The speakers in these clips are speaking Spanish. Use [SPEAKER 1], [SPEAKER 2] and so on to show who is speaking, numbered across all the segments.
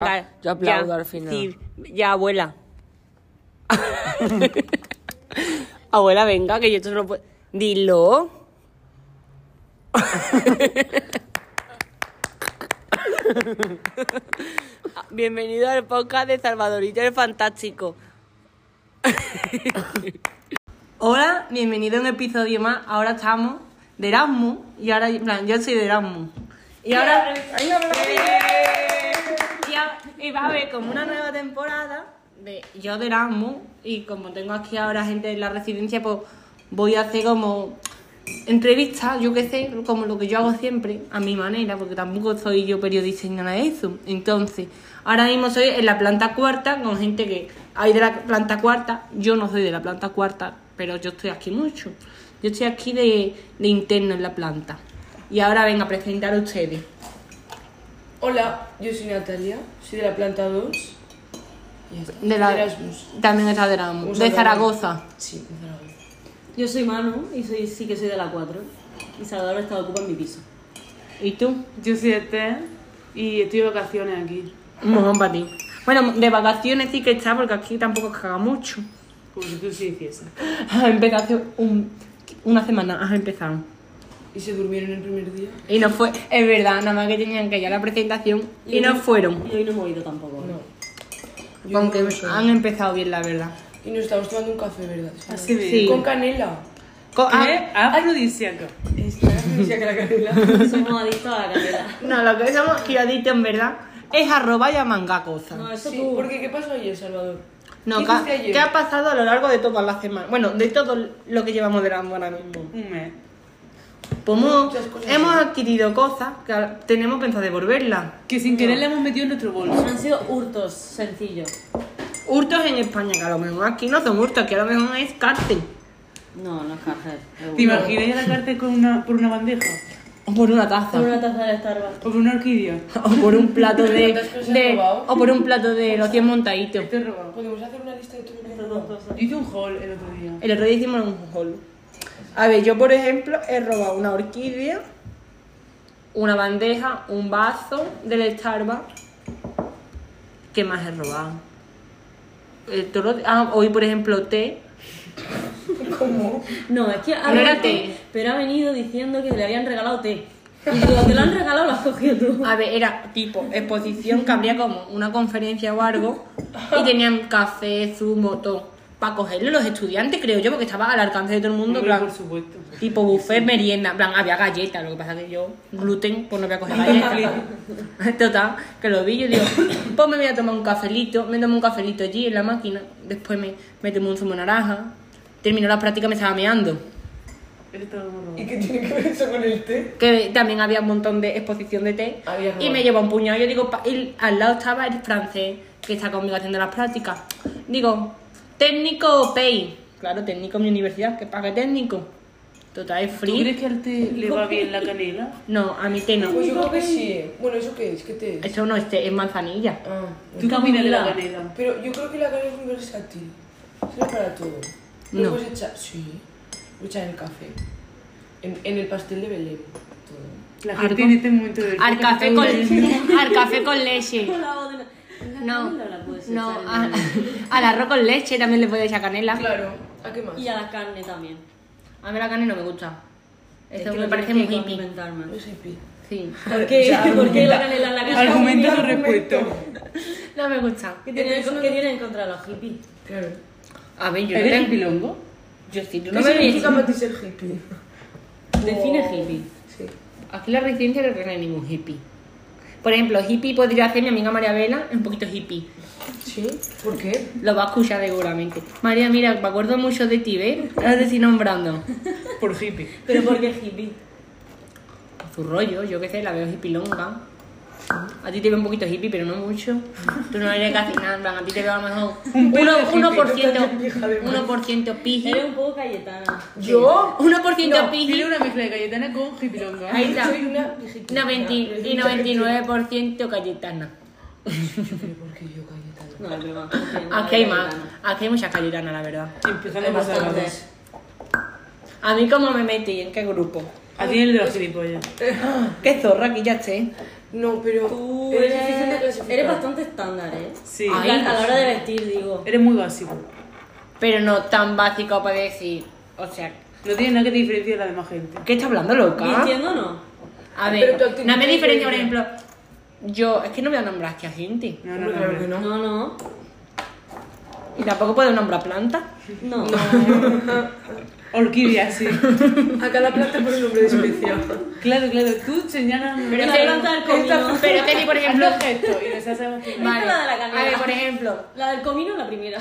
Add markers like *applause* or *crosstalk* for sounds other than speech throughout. [SPEAKER 1] Ah, yo aplaudo
[SPEAKER 2] ya,
[SPEAKER 1] al final.
[SPEAKER 2] sí, ya, abuela. *laughs* abuela, venga, que yo esto no lo puedo. Dilo. *laughs* Bienvenido al podcast de Salvadorito el Fantástico. *laughs* Hola, bienvenido a un episodio más. Ahora estamos de Erasmus y ahora, en plan, yo soy de Erasmus. Y ahora, y, a- y va a haber como una nueva temporada de yo de Erasmus y como tengo aquí ahora gente de la residencia, pues voy a hacer como entrevistas, yo qué sé, como lo que yo hago siempre, a mi manera, porque tampoco soy yo periodista ni nada de eso. Entonces, ahora mismo soy en la planta cuarta con gente que hay de la planta cuarta, yo no soy de la planta cuarta, pero yo estoy aquí mucho. Yo estoy aquí de, de interno en la planta. Y ahora venga a presentar a ustedes.
[SPEAKER 3] Hola, yo soy Natalia, soy de la planta 2. Y ya está.
[SPEAKER 2] De la,
[SPEAKER 3] Erasmus.
[SPEAKER 2] También está de Erasmus.
[SPEAKER 3] Un
[SPEAKER 2] de
[SPEAKER 3] saludo.
[SPEAKER 2] Zaragoza.
[SPEAKER 3] Sí, de Zaragoza.
[SPEAKER 4] Yo soy Manu y soy, sí que soy de la 4. Y Salvador está ocupa en mi piso.
[SPEAKER 2] ¿Y tú?
[SPEAKER 5] Yo soy de Ter y estoy de vacaciones aquí.
[SPEAKER 2] Un mojón para ti. Bueno, de vacaciones sí que está, porque aquí tampoco caga mucho.
[SPEAKER 5] Como si tú sí hicieses.
[SPEAKER 2] Has empezado hace un- una semana, has empezado.
[SPEAKER 3] ¿Y se durmieron el primer día?
[SPEAKER 2] Y no fue, es verdad, nada más que tenían que ir a la presentación y, no fueron.
[SPEAKER 4] Y hoy no hemos ido tampoco. ¿eh?
[SPEAKER 3] Yo
[SPEAKER 2] Aunque
[SPEAKER 3] no sé.
[SPEAKER 2] han empezado bien, la verdad.
[SPEAKER 3] Y nos estamos tomando un café, ¿verdad?
[SPEAKER 5] Así de.
[SPEAKER 2] Sí.
[SPEAKER 3] Con canela.
[SPEAKER 2] Co- ah,
[SPEAKER 5] ¿Qué? Afrodisíaco. *laughs*
[SPEAKER 3] Está decía que la canela.
[SPEAKER 4] Somos adictos a la canela.
[SPEAKER 2] no, lo que somos criaditos, en verdad, es arroba y a manga
[SPEAKER 4] No,
[SPEAKER 5] Ah,
[SPEAKER 2] cosa.
[SPEAKER 4] eso
[SPEAKER 3] Sí,
[SPEAKER 4] tú.
[SPEAKER 3] porque ¿qué pasó ayer, Salvador?
[SPEAKER 2] No,
[SPEAKER 3] ¿Qué
[SPEAKER 2] ca-
[SPEAKER 3] hiciste
[SPEAKER 2] ¿qué,
[SPEAKER 3] ayer?
[SPEAKER 2] ha pasado a lo largo de toda la semana? Bueno, de todo lo que llevamos de la ahora mismo.
[SPEAKER 5] Un mes.
[SPEAKER 2] Pues hemos,
[SPEAKER 3] Muchas cosas.
[SPEAKER 2] hemos adquirido cosas que ahora tenemos pensado devolverlas.
[SPEAKER 5] Que sin querer le hemos metido en nuestro bolso.
[SPEAKER 4] Han sido hurtos sencillos.
[SPEAKER 2] Hurtos en España, que a lo mejor aquí no son hurtos, que a lo mejor es cárcel.
[SPEAKER 4] No, no es cárcel. es
[SPEAKER 5] ¿Te
[SPEAKER 4] hurto.
[SPEAKER 5] imaginas ir a la cárcel con una, por una bandeja?
[SPEAKER 2] O por una
[SPEAKER 4] Con
[SPEAKER 2] taza.
[SPEAKER 4] una taza de Starbucks.
[SPEAKER 5] ¿O por una orquídea?
[SPEAKER 2] *laughs* O por un plato
[SPEAKER 3] *laughs*
[SPEAKER 2] de.
[SPEAKER 3] ¿Cuántas cosas
[SPEAKER 2] de-
[SPEAKER 3] has robado?
[SPEAKER 2] o por un plato de los 100 montaditos.
[SPEAKER 5] Te he robado.
[SPEAKER 3] ¿Podemos hacer una lista de todo lo que
[SPEAKER 4] Estas dos
[SPEAKER 3] robó?
[SPEAKER 4] cosas.
[SPEAKER 5] Yo hice un haul el otro día.
[SPEAKER 2] El otro día hicimos un haul. A ver, yo por ejemplo he robado una orquídea, una bandeja, un vaso del Starbucks. ¿Qué más he robado? Eh, todo lo- ah, hoy por ejemplo *laughs* té.
[SPEAKER 4] No, es que ha
[SPEAKER 2] No era
[SPEAKER 4] venido-
[SPEAKER 2] té.
[SPEAKER 4] pero ha venido diciendo que le habían regalado té. Y digo, te lo han regalado, lo has cogido tú.
[SPEAKER 2] A ver, era tipo exposición que habría como una conferencia o algo y tenían café, zumo, todo. Para cogerlo los estudiantes, creo yo, porque estaba al alcance de todo el mundo,
[SPEAKER 5] Hombre,
[SPEAKER 2] plan,
[SPEAKER 5] por supuesto.
[SPEAKER 2] tipo buffet, merienda, en plan, había galletas, lo que pasa que yo, gluten, pues no voy a coger
[SPEAKER 5] *laughs*
[SPEAKER 2] galletas. Total, que lo vi, yo digo, pues me voy a tomar un cafelito, me tomo un cafelito allí en la máquina, después me, me tomo un zumo de naranja, terminó la práctica me estaba meando.
[SPEAKER 5] Eso estaba muy robado.
[SPEAKER 3] ¿Y qué tiene que ver eso con el té?
[SPEAKER 2] que también había un montón de exposición de té
[SPEAKER 3] Había
[SPEAKER 2] y
[SPEAKER 3] robado.
[SPEAKER 2] me llevó un puñado yo digo pa- y al lado estaba el francés que está conmigo haciendo las prácticas digo técnico pay claro técnico en mi universidad que paga técnico total es
[SPEAKER 5] ¿Tú
[SPEAKER 2] free
[SPEAKER 5] crees que al té le va bien la canela?
[SPEAKER 2] no a mi té no
[SPEAKER 3] Pues yo creo que sí. Bueno, ¿eso qué es? ¿Qué té es?
[SPEAKER 2] esto no es té es manzanilla
[SPEAKER 3] Ah,
[SPEAKER 5] ¿Tú qué
[SPEAKER 4] Está
[SPEAKER 5] opinas de la
[SPEAKER 4] muy
[SPEAKER 5] canela?
[SPEAKER 3] Pero yo creo que la canela es muy versátil. Sirve para todo. Lo
[SPEAKER 2] No.
[SPEAKER 3] puedes echar. Sí. Lo echas en el café. En, en el pastel de Belén. Todo.
[SPEAKER 5] La
[SPEAKER 2] Algo.
[SPEAKER 5] gente en este momento del
[SPEAKER 2] al
[SPEAKER 5] podcast
[SPEAKER 2] café
[SPEAKER 5] está
[SPEAKER 2] con
[SPEAKER 5] diciendo,
[SPEAKER 2] *laughs* al café con leche
[SPEAKER 4] Con la voz de la- la
[SPEAKER 2] no
[SPEAKER 4] canela la puedes
[SPEAKER 2] no
[SPEAKER 4] echar en
[SPEAKER 2] a-
[SPEAKER 4] el-
[SPEAKER 2] al arroz con leche también le puedes echar canela
[SPEAKER 3] Claro. ¿A qué más?
[SPEAKER 4] Y a la carne también.
[SPEAKER 2] a mí la canela no me gusta esto
[SPEAKER 4] Es que
[SPEAKER 2] me
[SPEAKER 4] lo
[SPEAKER 2] parece muy
[SPEAKER 4] tienes que
[SPEAKER 2] hippie
[SPEAKER 4] conventarme.
[SPEAKER 3] No sé, pi.
[SPEAKER 2] sí
[SPEAKER 4] ¿Por *laughs* qué? ¿Por qué la canela en la
[SPEAKER 5] *laughs*
[SPEAKER 4] casa?
[SPEAKER 5] Argumenta tu respuesta.
[SPEAKER 2] *laughs* no me gusta
[SPEAKER 4] ¿Qué tienen, qué tienen en contra los hippies?
[SPEAKER 3] Claro.
[SPEAKER 2] a ver yo no
[SPEAKER 5] ¿Eres
[SPEAKER 2] tengo-
[SPEAKER 5] un pilongo?
[SPEAKER 2] Yo sí, tú
[SPEAKER 3] ¿Qué
[SPEAKER 2] no me
[SPEAKER 3] significa
[SPEAKER 2] ves.
[SPEAKER 3] para ti ser
[SPEAKER 2] *laughs*
[SPEAKER 3] hippie?
[SPEAKER 4] Define hippie.
[SPEAKER 3] Sí.
[SPEAKER 2] Aquí la residencia no tiene ningún hippie. Por ejemplo, hippie podría hacer mi amiga María Vela, un poquito hippie.
[SPEAKER 3] ¿Sí? ¿Por qué?
[SPEAKER 2] Lo va a escuchar seguramente. María, mira, me acuerdo mucho de ti, ¿ves? Ahora te estoy nombrando.
[SPEAKER 5] Por hippie.
[SPEAKER 4] ¿Pero por qué hippie?
[SPEAKER 2] A su rollo, yo qué sé, la veo hippilonga. A ti te veo un poquito hippie, pero no mucho. Tú no eres casi nada, en plan, a ti te veo a lo mejor
[SPEAKER 5] Un pelo
[SPEAKER 2] uno-
[SPEAKER 5] hippie,
[SPEAKER 2] 1%,
[SPEAKER 3] vieja de
[SPEAKER 2] 1% piji.
[SPEAKER 4] Eres un poco cayetana.
[SPEAKER 3] ¿Yo?
[SPEAKER 2] 1%
[SPEAKER 5] Tiene
[SPEAKER 2] piji.
[SPEAKER 5] una mezcla de cayetana con hippilongo.
[SPEAKER 2] Ahí está.
[SPEAKER 3] Soy una viejita.
[SPEAKER 2] 90 y 99% cayetana.
[SPEAKER 3] ¿Por qué yo Cayetana?
[SPEAKER 4] No, es
[SPEAKER 2] *laughs*
[SPEAKER 4] broma.
[SPEAKER 2] Aquí hay Ah, más. Aquí hay mucha cayetana, la verdad.
[SPEAKER 5] Empezando por Salvador.
[SPEAKER 2] A mí cómo me metí, en qué grupo.
[SPEAKER 5] A ti el de los gilipollas.
[SPEAKER 2] Qué zorra, aquí ya esté.
[SPEAKER 3] No, pero.
[SPEAKER 4] Tú
[SPEAKER 3] es
[SPEAKER 4] eres,
[SPEAKER 3] difícil de clasificar.
[SPEAKER 4] eres bastante estándar, ¿eh?
[SPEAKER 5] Sí.
[SPEAKER 4] En plan, a la hora de vestir, digo.
[SPEAKER 5] Eres muy básico.
[SPEAKER 2] Pero no tan básico para decir, o sea,
[SPEAKER 5] No tienes nada que te diferencie de la demás gente.
[SPEAKER 2] ¿qué está hablando, loca?
[SPEAKER 4] ¿Mintiendo o no?
[SPEAKER 2] A
[SPEAKER 3] Pero tu
[SPEAKER 2] ver,
[SPEAKER 3] actitud
[SPEAKER 2] no me
[SPEAKER 3] es
[SPEAKER 2] diferencia, por
[SPEAKER 3] increíble.
[SPEAKER 2] ejemplo, yo, es que no voy a nombrar aquí a gente.
[SPEAKER 5] No, no,
[SPEAKER 3] Hombre,
[SPEAKER 5] no.
[SPEAKER 3] claro que
[SPEAKER 5] no.
[SPEAKER 3] no.
[SPEAKER 4] No, no.
[SPEAKER 2] Y tampoco puedo nombrar plantas.
[SPEAKER 4] No.
[SPEAKER 5] Orquídea, sí.
[SPEAKER 3] A cada planta por
[SPEAKER 2] *laughs*
[SPEAKER 3] un nombre de especie.
[SPEAKER 5] claro, claro. Tú señalas.
[SPEAKER 4] Pero la
[SPEAKER 2] que-
[SPEAKER 4] planta del comino.
[SPEAKER 2] Pero que si, por
[SPEAKER 5] Haz *laughs*
[SPEAKER 2] ejemplo,
[SPEAKER 5] los gestos y les *laughs* hacemos que-
[SPEAKER 4] Esta es la de la
[SPEAKER 2] a
[SPEAKER 4] canela.
[SPEAKER 2] ver, por ejemplo,
[SPEAKER 4] *laughs* La del comino, la primera.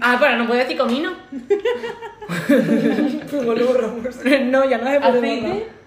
[SPEAKER 2] ah, pero no puedo decir comino. *laughs*
[SPEAKER 3] Como lo borramos.
[SPEAKER 2] No, ya no se puede borrar.
[SPEAKER 5] Aceite.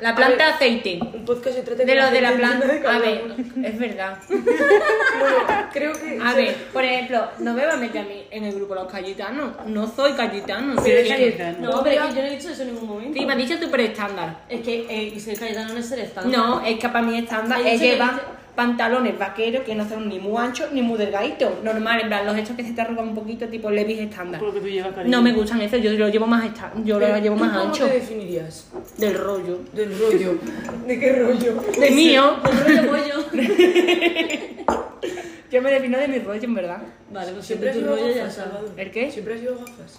[SPEAKER 2] La planta aceite.
[SPEAKER 3] Un podcast se trata
[SPEAKER 2] De los de la
[SPEAKER 3] gente
[SPEAKER 2] planta.
[SPEAKER 3] entienda de qué
[SPEAKER 2] A ver,
[SPEAKER 3] hablamos.
[SPEAKER 2] es verdad.
[SPEAKER 3] Bueno, creo que.
[SPEAKER 2] A ver, por ejemplo, no me va a meter a mí en el grupo Los Cayetanos. No soy Cayetano.
[SPEAKER 5] Pero es
[SPEAKER 2] soy-
[SPEAKER 5] Cayetano.
[SPEAKER 4] No, pero es que yo no he dicho eso en ningún momento.
[SPEAKER 2] Sí, me ha dicho tú, pero estándar.
[SPEAKER 4] Es que eh, ser Cayetano no es ser estándar.
[SPEAKER 2] No, es que para mí estándar
[SPEAKER 4] Ay,
[SPEAKER 2] es
[SPEAKER 4] sí,
[SPEAKER 2] llevar
[SPEAKER 4] sí.
[SPEAKER 2] pantalones vaqueros que no son ni muy anchos ni muy delgaditos. Normal, en plan, los hechos que se te arrugan un poquito, tipo Levi's estándar.
[SPEAKER 5] Por lo que tú llevas, cariño.
[SPEAKER 2] No me gustan esos, yo los llevo más, esta- yo
[SPEAKER 3] Pero,
[SPEAKER 2] los llevo
[SPEAKER 3] ¿tú
[SPEAKER 2] más
[SPEAKER 3] ¿Cómo
[SPEAKER 2] anchos.
[SPEAKER 3] te definirías?
[SPEAKER 2] Del rollo.
[SPEAKER 3] Del rollo. ¿De qué rollo?
[SPEAKER 2] De mío.
[SPEAKER 4] El rollo pollo.
[SPEAKER 2] Yo me defino de mi rollo, en verdad.
[SPEAKER 4] Vale, pues
[SPEAKER 3] Siempre
[SPEAKER 4] siempre
[SPEAKER 3] has
[SPEAKER 4] tu
[SPEAKER 3] sido
[SPEAKER 4] rollo ya
[SPEAKER 3] gafas,
[SPEAKER 4] sabes.
[SPEAKER 3] Salvador.
[SPEAKER 2] ¿El qué?
[SPEAKER 3] Siempre has sido gafas.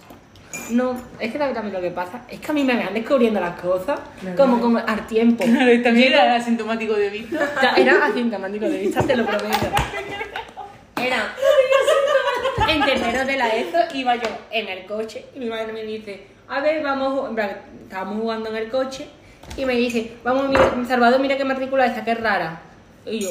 [SPEAKER 2] No, es que también lo que pasa es que a mí me van descubriendo las cosas como, como al tiempo.
[SPEAKER 5] *laughs* Claro, también era asintomático de visto.
[SPEAKER 2] O sea, *laughs* era asintomático de vista, te lo prometo. Era en tercero de la ESO, iba yo en el coche y mi madre me dice, a ver, vamos, ju-". en plan, estábamos jugando en el coche y me dice, vamos, mira, Salvador, mira qué matrícula esa, qué rara. Y yo,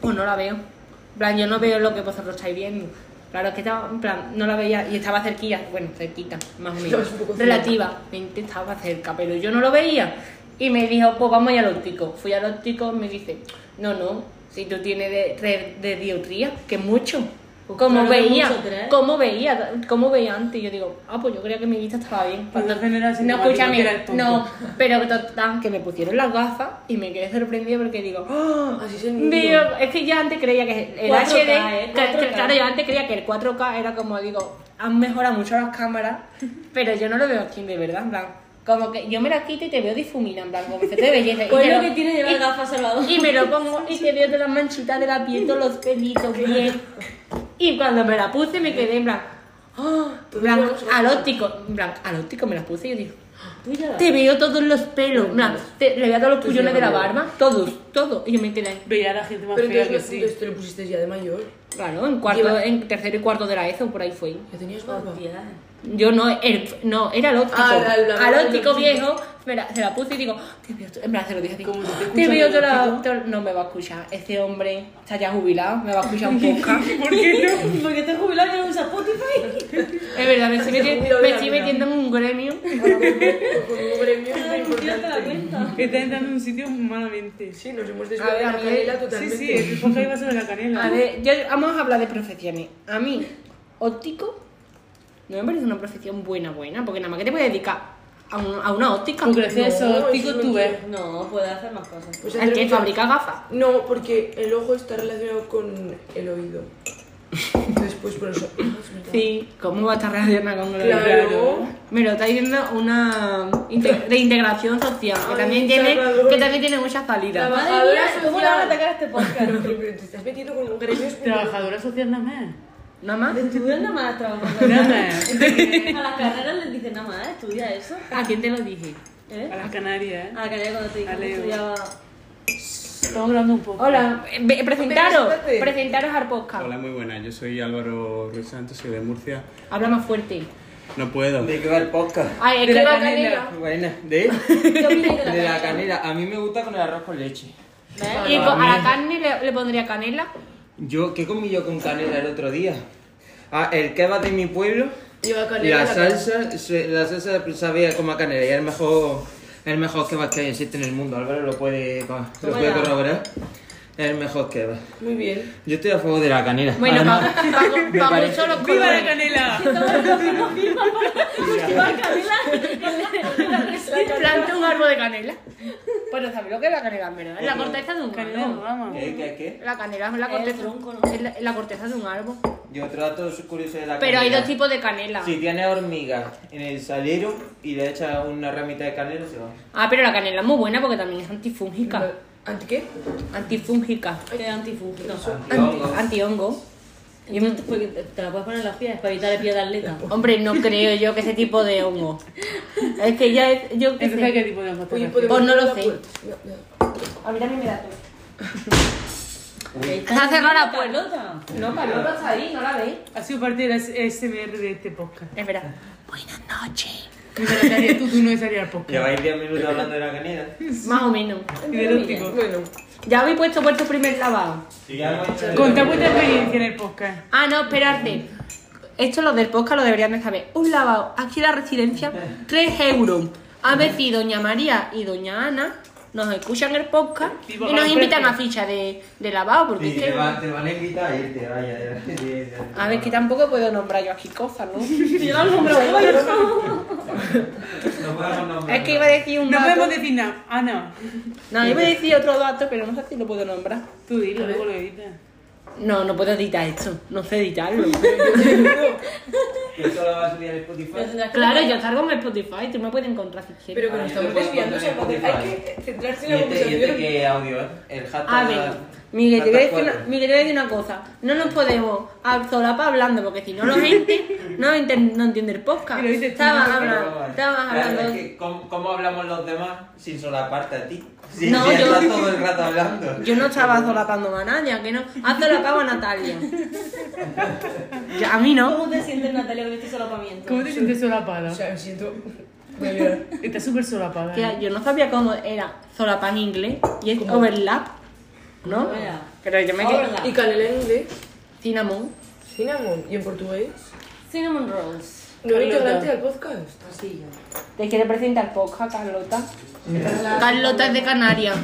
[SPEAKER 2] pues no la veo. En plan, yo no veo lo que vosotros estáis viendo. Claro, es que estaba, en plan, no la veía y estaba cerquilla, bueno, cerquita, más o menos.
[SPEAKER 3] Estabas un poco cerca.
[SPEAKER 2] Relativamente estaba cerca, pero yo no lo veía. Y me dijo, pues vamos a ir al óptico. Fui al óptico, me dice, no, no, si tú tienes de, tres de dioptría, que es mucho. Como
[SPEAKER 4] claro que
[SPEAKER 2] veía,
[SPEAKER 4] mucho, tres.
[SPEAKER 2] como veía, como veía antes. Y Yo digo, ah, pues yo creía que mi vista estaba bien.
[SPEAKER 5] Cuando no era
[SPEAKER 2] No,
[SPEAKER 5] asintomático, que
[SPEAKER 2] escúchame,
[SPEAKER 5] eras tonto.
[SPEAKER 2] no, pero total, que me pusieron las gafas y me quedé sorprendida porque digo,
[SPEAKER 3] Ah, así es el mundo.
[SPEAKER 2] Veo- es que yo antes creía que el
[SPEAKER 4] 4K,
[SPEAKER 2] HD,
[SPEAKER 4] ¿eh?
[SPEAKER 2] que- que-
[SPEAKER 4] 4K.
[SPEAKER 2] claro, yo antes creía que el 4K era como, digo, han mejorado mucho las
[SPEAKER 4] *laughs*
[SPEAKER 2] cámaras, pero yo no lo veo aquí de verdad, en plan, como que yo me la quito y te veo difumina, en plan, como efecto de belleza. y
[SPEAKER 4] Pues
[SPEAKER 2] te
[SPEAKER 4] lo
[SPEAKER 2] lo-
[SPEAKER 4] que tiene llevar
[SPEAKER 2] y-
[SPEAKER 4] gafas, Salvador.
[SPEAKER 2] Y me lo pongo y te veo todas las manchitas de la piel, todos los pelitos bien. Y cuando me la puse me quedé en plan,
[SPEAKER 3] Ah,
[SPEAKER 2] en
[SPEAKER 3] todo
[SPEAKER 2] plan,
[SPEAKER 3] lo-
[SPEAKER 2] al óptico, en plan, al óptico me la puse y yo digo,
[SPEAKER 4] Tú ya la-
[SPEAKER 2] te veo todos los pelos, en plan, te- le veo todos los pullones de la barba, todos, todos, y yo me quedé.
[SPEAKER 5] Veía a la gente más
[SPEAKER 3] Pero
[SPEAKER 5] fea
[SPEAKER 3] entonces, no-
[SPEAKER 5] que sí.
[SPEAKER 3] entonces te lo pusiste ya de mayor.
[SPEAKER 2] Claro, en cuarto,
[SPEAKER 3] Lleva-
[SPEAKER 2] en tercero y cuarto de la ESO, por ahí fue.
[SPEAKER 3] ¿Ya tenías barba?
[SPEAKER 4] Hostia.
[SPEAKER 2] Yo no, el- no, era el óptico.
[SPEAKER 3] Ah, la- la-
[SPEAKER 2] al óptico
[SPEAKER 3] la-
[SPEAKER 2] viejo, me la- se la puse y digo, te veo, to-". en verdad se lo dije digo,
[SPEAKER 5] Como si te
[SPEAKER 2] te
[SPEAKER 5] escucha
[SPEAKER 2] veo
[SPEAKER 5] el
[SPEAKER 2] toda la-
[SPEAKER 5] óptico.
[SPEAKER 2] toda- no me va a escuchar, ese hombre está ya jubilado, me va a
[SPEAKER 3] *laughs*
[SPEAKER 2] escuchar un poco.
[SPEAKER 5] ¿Por qué no?
[SPEAKER 4] Porque te jubilado y no usas Spotify.
[SPEAKER 2] es verdad, me estoy, metiendo,
[SPEAKER 3] jubilado
[SPEAKER 2] me
[SPEAKER 3] ya,
[SPEAKER 2] estoy
[SPEAKER 3] mira.
[SPEAKER 2] metiendo en un gremio.
[SPEAKER 3] Con un gremio es muy
[SPEAKER 4] Tírate la
[SPEAKER 3] importante. *laughs*
[SPEAKER 4] cuenta.
[SPEAKER 5] Está entrando en un sitio malamente. Sí,
[SPEAKER 3] Sí, nos hemos
[SPEAKER 2] A
[SPEAKER 3] desviado
[SPEAKER 2] ver,
[SPEAKER 3] de
[SPEAKER 2] a
[SPEAKER 3] la
[SPEAKER 2] mí-
[SPEAKER 3] canela
[SPEAKER 5] sí,
[SPEAKER 3] totalmente.
[SPEAKER 5] el foco iba a ser de la canela.
[SPEAKER 2] A ver, yo- vamos a hablar de profesiones. A mí, óptico, no me parece una profesión buena, buena, porque nada más que te puedes dedicar a, un- a una óptica.
[SPEAKER 5] Tú crees
[SPEAKER 3] No,
[SPEAKER 5] eso,
[SPEAKER 3] eso
[SPEAKER 5] tico
[SPEAKER 3] no
[SPEAKER 5] tú ves.
[SPEAKER 4] No, puede hacer más cosas.
[SPEAKER 3] Pues
[SPEAKER 2] El que
[SPEAKER 3] hacer-
[SPEAKER 2] fabrica gafas.
[SPEAKER 3] No, porque el ojo está relacionado con el oído. Entonces, pues por eso. Ah, es verdad.
[SPEAKER 2] Sí, ¿cómo va a estar relacionada con el
[SPEAKER 3] Claro.
[SPEAKER 2] Me lo está diciendo una inte- de integración social, que
[SPEAKER 3] Ay,
[SPEAKER 2] también tiene,
[SPEAKER 3] Salvador.
[SPEAKER 2] que también tiene muchas salidas.
[SPEAKER 4] Madre mía,
[SPEAKER 3] Trabajadora
[SPEAKER 4] ¿cómo le van a
[SPEAKER 3] social.
[SPEAKER 4] atacar a este podcast?
[SPEAKER 3] Pero te estás metiendo con un gremio es muy-
[SPEAKER 5] Trabajadora social nada más.
[SPEAKER 2] Nada más.
[SPEAKER 4] Estudian nada más trabajando.
[SPEAKER 5] Nada más.
[SPEAKER 4] A las carreras les dicen nada más, estudia eso.
[SPEAKER 2] ¿A quién te lo dije?
[SPEAKER 5] A
[SPEAKER 4] ¿Eh?
[SPEAKER 5] las Canarias.
[SPEAKER 4] A la carrera cuando te dije
[SPEAKER 5] Ale.
[SPEAKER 4] que estudiaba.
[SPEAKER 5] Estamos hablando un poco.
[SPEAKER 2] Hola, eh, ve- presentaros,
[SPEAKER 3] Espérate.
[SPEAKER 2] presentaros al podcast.
[SPEAKER 1] Hola, muy buenas. Yo soy Álvaro Ruiz Santos, soy de Murcia.
[SPEAKER 2] Habla más fuerte.
[SPEAKER 1] No puedo.
[SPEAKER 6] ¿De qué va el podcast?
[SPEAKER 2] Ay, es
[SPEAKER 5] De
[SPEAKER 2] que
[SPEAKER 5] la
[SPEAKER 2] la
[SPEAKER 5] canela.
[SPEAKER 2] canela.
[SPEAKER 6] Buena. ¿De?
[SPEAKER 4] ¿Qué opináis de la
[SPEAKER 6] De la
[SPEAKER 4] carrera?
[SPEAKER 6] canela. A mí me gusta con el arroz con leche.
[SPEAKER 4] ¿Ves?
[SPEAKER 2] Y con- a la carne le, le pondría canela.
[SPEAKER 6] Yo, ¿qué comí yo con canela el otro día? Ah, el kebab de mi pueblo.
[SPEAKER 3] Lleva canela.
[SPEAKER 6] La
[SPEAKER 3] en la
[SPEAKER 6] salsa, se- la salsa sabía como a canela y es el mejor, el mejor kebab que existe en el mundo. Álvaro lo puede, co- lo puede corroborar. Es el mejor kebab.
[SPEAKER 3] cara. Muy bien.
[SPEAKER 6] Yo estoy a favor de la canela.
[SPEAKER 2] Bueno,
[SPEAKER 6] Además,
[SPEAKER 2] para
[SPEAKER 6] me parece-
[SPEAKER 2] mucho los
[SPEAKER 5] ¡Viva la
[SPEAKER 2] colores.
[SPEAKER 5] canela!
[SPEAKER 4] Cultivar canela.
[SPEAKER 2] Planta un árbol de canela. Pues no sabéis lo que es la canela en verdad. Es la corteza de un
[SPEAKER 5] Canela en
[SPEAKER 2] árbol.
[SPEAKER 5] rama.
[SPEAKER 6] ¿Qué, qué, qué?
[SPEAKER 2] La canela es la
[SPEAKER 4] Es el
[SPEAKER 2] corteza.
[SPEAKER 4] tronco, ¿no?
[SPEAKER 2] es la, es la corteza de un árbol.
[SPEAKER 6] Yo otro dato curioso de la
[SPEAKER 2] Pero hay
[SPEAKER 6] canela.
[SPEAKER 2] dos tipos de canela.
[SPEAKER 6] Si tienes hormigas en el salero y le echas una ramita de canela, se va.
[SPEAKER 2] Ah, pero la canela es muy buena porque también es antifúngica.
[SPEAKER 3] ¿Ante qué?
[SPEAKER 2] Antifúngica.
[SPEAKER 4] Que es antifúngico.
[SPEAKER 6] Antihongos.
[SPEAKER 2] Antihongo.
[SPEAKER 4] Entonces, pues, te- te la puedes poner en las pies para evitar el pie de atleta.
[SPEAKER 2] Hombre, no creo yo que ese tipo de hongo. Es que ya es. Yo qué
[SPEAKER 5] Entonces, ¿qué
[SPEAKER 2] sé.
[SPEAKER 5] tipo de hongos te
[SPEAKER 3] Oye,
[SPEAKER 5] refieres?
[SPEAKER 3] ¿podemos
[SPEAKER 2] Pues no lo
[SPEAKER 3] abrir la
[SPEAKER 2] sé.
[SPEAKER 3] puerta? No, no.
[SPEAKER 2] A mí también me da todo.
[SPEAKER 4] Está
[SPEAKER 2] Se ha cerrado la
[SPEAKER 4] puerta.
[SPEAKER 2] No, Paloma está ahí, no la veis.
[SPEAKER 3] pues-
[SPEAKER 5] Ha sido parte del SMR de este podcast.
[SPEAKER 2] Es verdad. Buenas noches.
[SPEAKER 5] Me parecería- Tú, tú no estarías al podcast.
[SPEAKER 6] Lleváis 10 minutos hablando de la canela.
[SPEAKER 2] Más o menos.
[SPEAKER 5] Hidrótico.
[SPEAKER 3] Bueno,
[SPEAKER 2] Ya habéis puesto vuestro primer lavado.
[SPEAKER 6] Si ya hemos hecho el-
[SPEAKER 5] Contad vuestra experiencia en el podcast.
[SPEAKER 2] Ah, no, esperarte. Esto los del podcast lo deberían de saber. Un lavado aquí en la residencia, 3 euros. A ver si doña María y doña Ana nos escuchan el podcast
[SPEAKER 5] Y
[SPEAKER 2] y
[SPEAKER 5] bajan
[SPEAKER 2] nos
[SPEAKER 5] el
[SPEAKER 2] invitan
[SPEAKER 5] precio.
[SPEAKER 2] a ficha de, de lavado, porque
[SPEAKER 6] Sí,
[SPEAKER 2] es
[SPEAKER 6] te,
[SPEAKER 2] que-
[SPEAKER 6] va- te van a invitar a irte, vaya. ya- *laughs* ya- ya- ya-
[SPEAKER 2] A ver, que tampoco puedo nombrar yo aquí cosas, ¿no?
[SPEAKER 4] Yo la nombro, vaya, no.
[SPEAKER 6] No podemos nombrar.
[SPEAKER 2] es que iba a decir un
[SPEAKER 5] No
[SPEAKER 2] dato.
[SPEAKER 5] podemos decir nada. Ah, no.
[SPEAKER 2] No, iba a decir otro dato, pero no sé si lo puedo nombrar.
[SPEAKER 5] Tú dilo, luego lo editas.
[SPEAKER 2] No, no puedo editar esto. No sé *laughs* editarlo.
[SPEAKER 6] Que eso lo va a subir a Spotify.
[SPEAKER 4] Pero tendrás que-
[SPEAKER 2] claro, yo salgo en Spotify, tú me puedes encontrar si quieres.
[SPEAKER 3] pero que nos estamos desviando, o sea, hay que centrarse en
[SPEAKER 6] ¿Y
[SPEAKER 3] la
[SPEAKER 6] este, y este
[SPEAKER 3] conversación.
[SPEAKER 6] qué audio es? El hashtag.
[SPEAKER 2] A ver, Miguel, te voy a, decir una,
[SPEAKER 6] hashtag
[SPEAKER 2] Miguel, te voy a decir una cosa. No nos podemos solapa hablando, porque si no la gente no, enten- no entiende el podcast.
[SPEAKER 5] Pero dices tú,
[SPEAKER 2] Estabas
[SPEAKER 5] no,
[SPEAKER 6] cuatro.
[SPEAKER 2] hablando, estabas
[SPEAKER 6] Claro,
[SPEAKER 2] hablando...
[SPEAKER 6] es que ¿cómo, cómo hablamos los demás sin solaparte a ti? Si,
[SPEAKER 2] No,
[SPEAKER 6] si
[SPEAKER 2] yo-
[SPEAKER 6] estás todo el rato hablando.
[SPEAKER 2] Yo no estaba solapando a nadie, ¿a que no. Has solapado a Natalia. Ya, a mí no.
[SPEAKER 4] ¿Cómo te sientes, Natalia, con este solapamiento?
[SPEAKER 5] ¿Cómo te sientes
[SPEAKER 3] O
[SPEAKER 5] solapada?
[SPEAKER 3] sea, me *laughs* siento... Voy a *laughs* llorar.
[SPEAKER 5] Estás súper ¿eh? solapada.
[SPEAKER 2] Que yo no sabía cómo era solapa en inglés y es
[SPEAKER 3] ¿Cómo?
[SPEAKER 2] overlap, ¿no?
[SPEAKER 4] ¿Cómo era?
[SPEAKER 2] Pero yo me quedé...
[SPEAKER 4] Overlap.
[SPEAKER 3] ¿Y canela en inglés?
[SPEAKER 2] Cinnamon.
[SPEAKER 3] Cinnamon. ¿Y en portugués?
[SPEAKER 4] Cinnamon rolls.
[SPEAKER 3] ¿No eres
[SPEAKER 5] Carlota.
[SPEAKER 3] integrante del podcast?
[SPEAKER 4] Así yo.
[SPEAKER 2] ¿Te quiere presentar podcast, Carlota? Carlota es de Canarias.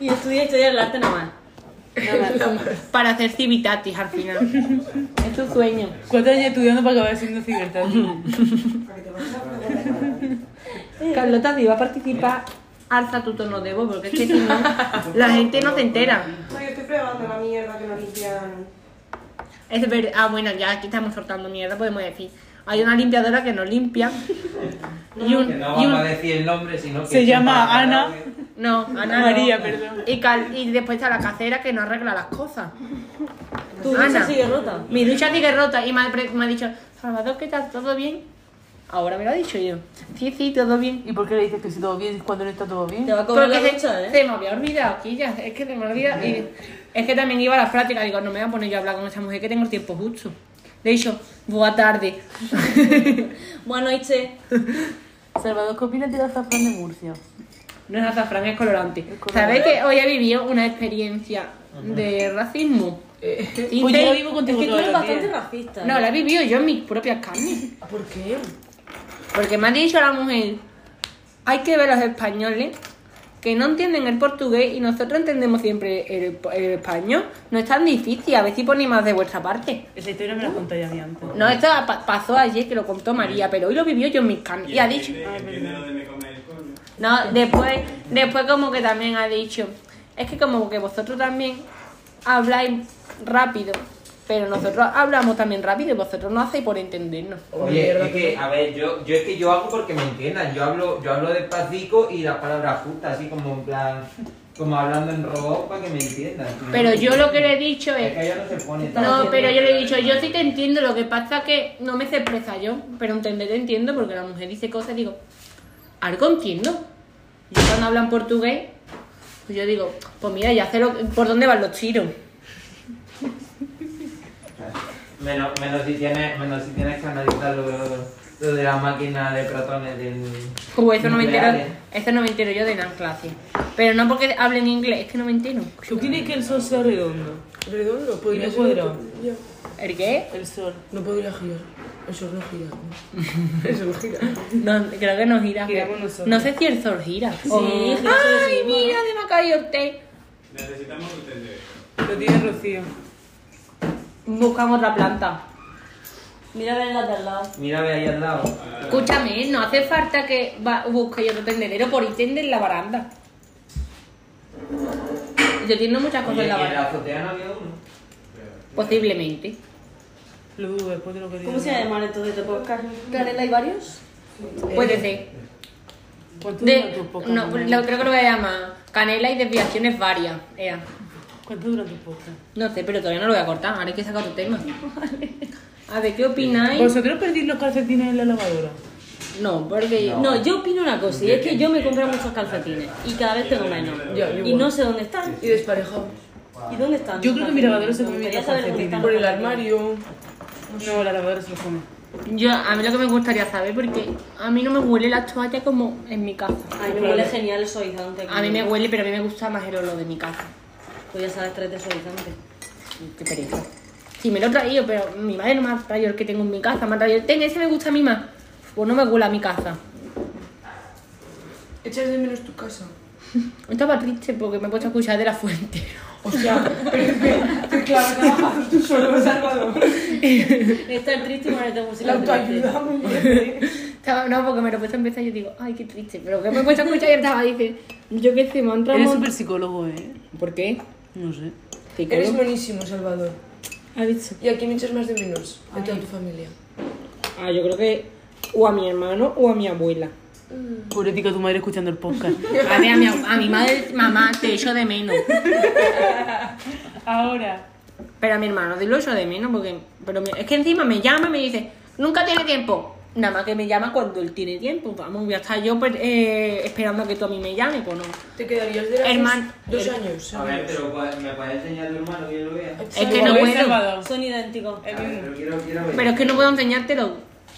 [SPEAKER 4] Y estudié historia del arte nada más.
[SPEAKER 2] Para hacer civitatis al final. es tu sueño.
[SPEAKER 5] Cuatro años estudiando para acabar siendo cibertático.
[SPEAKER 2] Carlota, si va a participar, alza tu tono de voz, porque es que si no, la gente no se entera.
[SPEAKER 7] No, yo estoy probando la mierda que nos limpian.
[SPEAKER 2] Es verdad. Ah, bueno, ya aquí estamos soltando mierda, podemos decir. Hay una limpiadora que no limpia. Y
[SPEAKER 6] Que
[SPEAKER 2] un.
[SPEAKER 6] no
[SPEAKER 2] y un-
[SPEAKER 6] vamos a decir el nombre, sino que.
[SPEAKER 5] Se llama
[SPEAKER 6] chupa el
[SPEAKER 5] Ana.
[SPEAKER 6] audio.
[SPEAKER 2] no, Ana. no.
[SPEAKER 5] María, perdón.
[SPEAKER 2] Y, Cal- y después está la casera que no arregla las cosas.
[SPEAKER 4] Tu
[SPEAKER 2] Ana.
[SPEAKER 4] ducha sigue rota.
[SPEAKER 2] Mi ducha sigue rota y me ha, pre- me ha dicho, Salvador, ¿qué tal? ¿Todo bien? Ahora me lo ha dicho yo. Sí, sí, todo bien.
[SPEAKER 5] *laughs* ¿Y por qué le dices que si todo bien, cuando no está todo bien?
[SPEAKER 4] Te va a cobrar la
[SPEAKER 2] Porque
[SPEAKER 4] ducha, ¿eh?
[SPEAKER 2] se me había olvidado aquí ya, es que se me olvida. Y es que también iba a la práctica, digo, no me voy a poner yo a hablar con esa mujer que tengo el tiempo justo. De hecho, buena
[SPEAKER 5] *laughs*
[SPEAKER 2] tarde.
[SPEAKER 4] Buenas noches.
[SPEAKER 5] Salvador, ¿qué opinas del azafrán de Murcia?
[SPEAKER 2] No es azafrán, es colorante.
[SPEAKER 5] colorante.
[SPEAKER 2] ¿Sabes que hoy he vivido una experiencia de racismo? Y
[SPEAKER 5] Pues
[SPEAKER 2] te-
[SPEAKER 5] yo vivo contigo
[SPEAKER 4] Es que tú
[SPEAKER 5] todos los
[SPEAKER 4] eres bastante
[SPEAKER 5] días.
[SPEAKER 4] racista.
[SPEAKER 2] No, la he vivido yo en mis propias carnes.
[SPEAKER 3] Ah, ¿Por qué?
[SPEAKER 2] Porque me ha dicho la mujer, hay que ver a los españoles que no entienden el portugués y nosotros entendemos siempre el, el español. No es tan difícil, a ver si ponéis más de vuestra parte.
[SPEAKER 5] Esa historia me la contó ya a mí antes.
[SPEAKER 2] No, esto pa- pasó ayer que lo contó María, pero hoy lo vivió yo en mis carnes. Y ha dicho.
[SPEAKER 1] Entiende- Entiende lo de me come el coño.
[SPEAKER 2] No, después, después como que también ha dicho. Es que como que vosotros también habláis rápido, pero nosotros hablamos también rápido y vosotros no hacéis por entendernos.
[SPEAKER 6] Oye, es que, a ver, yo, yo es que yo hago porque me entiendan. Yo hablo, yo hablo despacito y las palabras justas, así como en plan. Como hablando en robot para que me entiendan.
[SPEAKER 2] Pero yo lo que le he dicho
[SPEAKER 6] Es que
[SPEAKER 2] es.
[SPEAKER 6] ella no se pone tan-
[SPEAKER 2] No, pero yo le he dicho, yo sí te entiendo, lo que pasa que no me sé expresar yo, pero entender te entiendo porque la mujer dice cosas y digo, algo entiendo. Yo cuando hablan portugués, pues yo digo, pues mira, ya sé lo- por dónde van los tiros.
[SPEAKER 6] Menos, menos si tienes, menos si tienes que analizar lo, lo de la máquina de protones del.
[SPEAKER 2] Uy, Uh, eso no me entero,
[SPEAKER 6] nucleares.
[SPEAKER 2] eso no me entero yo de nada en clase. Pero no porque hablen inglés, es que no me entero.
[SPEAKER 5] ¿Tú quieres que el sol sea redondo?
[SPEAKER 3] Redondo, podría
[SPEAKER 5] no
[SPEAKER 3] ser
[SPEAKER 5] cuadrado.
[SPEAKER 3] otro- ya.
[SPEAKER 2] ¿El qué?
[SPEAKER 5] El sol.
[SPEAKER 3] No podría girar. Eso no gira. *laughs* ¿no? Eso no gira.
[SPEAKER 2] No, creo que no gira.
[SPEAKER 5] Giramos nosotros.
[SPEAKER 2] No sé si el sol gira.
[SPEAKER 4] Sí,
[SPEAKER 2] O-
[SPEAKER 4] gira sobre sí
[SPEAKER 2] ¡Ay,
[SPEAKER 4] mismo,
[SPEAKER 2] mira, de me ha caído el té!
[SPEAKER 1] Necesitamos entender.
[SPEAKER 5] Lo tiene Rocío.
[SPEAKER 2] Buscan otra planta.
[SPEAKER 4] Mira a ver las de al lado.
[SPEAKER 6] Mira, ve ahí al lado.
[SPEAKER 2] Escúchame, ¿eh? no hace falta que va- busque yo otro tendedero por ítem en la baranda. Yo tiendo muchas cosas
[SPEAKER 6] Oye,
[SPEAKER 2] en la
[SPEAKER 6] ¿y en la
[SPEAKER 2] baranda.
[SPEAKER 6] azotea no había uno.
[SPEAKER 2] Posiblemente.
[SPEAKER 5] Lu, después de lo que digo.
[SPEAKER 4] ¿Cómo se llama esto de este podcast? ¿Canela y varios?
[SPEAKER 2] Puede ser.
[SPEAKER 5] ¿Cuánto duran tus
[SPEAKER 2] De,
[SPEAKER 5] podcasts?
[SPEAKER 2] no,
[SPEAKER 5] Manuel?
[SPEAKER 2] lo- creo que lo voy a llamar Canela y desviaciones varias. Ea.
[SPEAKER 5] ¿Cuánto duran tus podcasts?
[SPEAKER 2] No sé, pero todavía no lo voy a cortar. Ahora hay que sacar otro tema. A ver, ¿qué opináis?
[SPEAKER 5] ¿Vosotros perdís los calcetines en la lavadora?
[SPEAKER 2] No, porque...
[SPEAKER 4] No, yo opino una cosa, y es que yo me compré muchos calcetines y cada vez tengo menos.
[SPEAKER 3] Ya, yo
[SPEAKER 4] Y no sé dónde están.
[SPEAKER 3] Y desparejados.
[SPEAKER 4] ¿Y dónde están?
[SPEAKER 5] Yo creo que mi lavadora se
[SPEAKER 4] Me
[SPEAKER 5] come mis
[SPEAKER 4] gustaría saber dónde
[SPEAKER 5] calcetines.
[SPEAKER 4] están
[SPEAKER 3] Por el
[SPEAKER 4] los
[SPEAKER 3] armario.
[SPEAKER 5] No, la lavadora se los come.
[SPEAKER 2] Yo, a mí lo que me gustaría saber, porque a mí no me huele la toalla como en mi casa.
[SPEAKER 4] Ay, me huele genial el suavizante.
[SPEAKER 2] A mí me huele, pero a mí me gusta más el olor de mi casa.
[SPEAKER 4] Pues ya sabes, tres de suavizante.
[SPEAKER 2] Qué pereza. Sí, me lo he traído, pero mi madre no me ha traído el que tengo en mi casa. Me ha traído el ten, ese me gusta a mí más. Pues no me huele a mi casa.
[SPEAKER 3] Echas de menos tu casa.
[SPEAKER 2] Estaba triste porque me he puesto a escuchar de la fuente. *laughs*
[SPEAKER 3] O sea, que claro, trabajas tú *laughs* solo, Salvador.
[SPEAKER 4] Estar Este triste y ponerte
[SPEAKER 3] La
[SPEAKER 4] música. triste.
[SPEAKER 3] autoayuda, muy *laughs* bien.
[SPEAKER 2] Estaba- no, porque me lo he puesto a empezar y yo digo, ay, qué triste. Pero que me he puesto a escuchar y estaba ahí, dice, yo qué sé, me ha entrado un
[SPEAKER 5] Eres
[SPEAKER 2] montón-
[SPEAKER 5] súper psicólogo, ¿eh?
[SPEAKER 2] ¿Por qué?
[SPEAKER 5] No sé.
[SPEAKER 2] ¿Qué
[SPEAKER 3] Eres
[SPEAKER 2] creo?
[SPEAKER 3] buenísimo, Salvador.
[SPEAKER 2] ¿Ha dicho?
[SPEAKER 3] Y aquí me echas más de menos de toda tu familia.
[SPEAKER 2] Ah, yo creo que o a mi hermano o a mi abuela.
[SPEAKER 5] Pobrecita tu madre escuchando el podcast.
[SPEAKER 2] A ver, a mi, a mi madre, mamá, te echo de menos.
[SPEAKER 5] Ahora.
[SPEAKER 2] Pero a mi hermano lo echo de menos porque... Pero mi- es que encima me llama y me dice, nunca tiene tiempo. Nada más que me llama cuando él tiene tiempo. Vamos, voy a estar yo pues, eh, esperando a que tú a mí me llames, pues no.
[SPEAKER 3] Te quedarías de la
[SPEAKER 2] Herman-
[SPEAKER 3] dos
[SPEAKER 2] el-
[SPEAKER 3] años.
[SPEAKER 6] A ver, pero ¿cuál- ¿me puedes enseñar tu hermano que yo lo vea?
[SPEAKER 2] Es que no
[SPEAKER 5] ¿Ves,
[SPEAKER 2] puedo.
[SPEAKER 5] Salvador?
[SPEAKER 4] Son idénticos.
[SPEAKER 6] A ver, pero quiero, quiero ver.
[SPEAKER 2] Eh, Pero es que no puedo enseñártelo.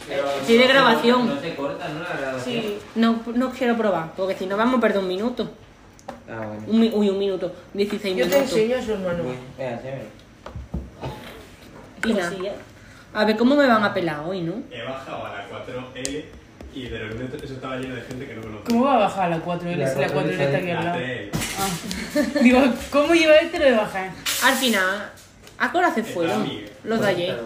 [SPEAKER 6] Pero
[SPEAKER 2] tiene
[SPEAKER 6] no-
[SPEAKER 2] grabación.
[SPEAKER 6] No te cortan, ¿no? La grabación.
[SPEAKER 4] Sí.
[SPEAKER 2] No, no quiero probar, porque si no vamos a perder un minuto.
[SPEAKER 6] Ah, bueno.
[SPEAKER 2] Un, mi- uy, un minuto. 16
[SPEAKER 3] Yo te
[SPEAKER 2] minutos.
[SPEAKER 3] enseño a su hermano.
[SPEAKER 6] Bueno, espera, enséñame.
[SPEAKER 2] Y
[SPEAKER 4] Pues
[SPEAKER 2] nada.
[SPEAKER 4] sí, ¿eh?
[SPEAKER 2] A ver cómo me van a pelar hoy, ¿no?
[SPEAKER 1] He bajado a la 4L y de repente eso estaba lleno de gente que no conozco.
[SPEAKER 5] ¿Cómo va a bajar la 4L si
[SPEAKER 6] La
[SPEAKER 5] la 4L está aquí al
[SPEAKER 1] La
[SPEAKER 5] lado?
[SPEAKER 1] 3L.
[SPEAKER 5] Digo, ¿cómo lleva este lo de bajar?
[SPEAKER 2] Al final, ¿a qué hora se
[SPEAKER 1] Está
[SPEAKER 2] fueron?
[SPEAKER 1] bien.
[SPEAKER 2] Los de ayer.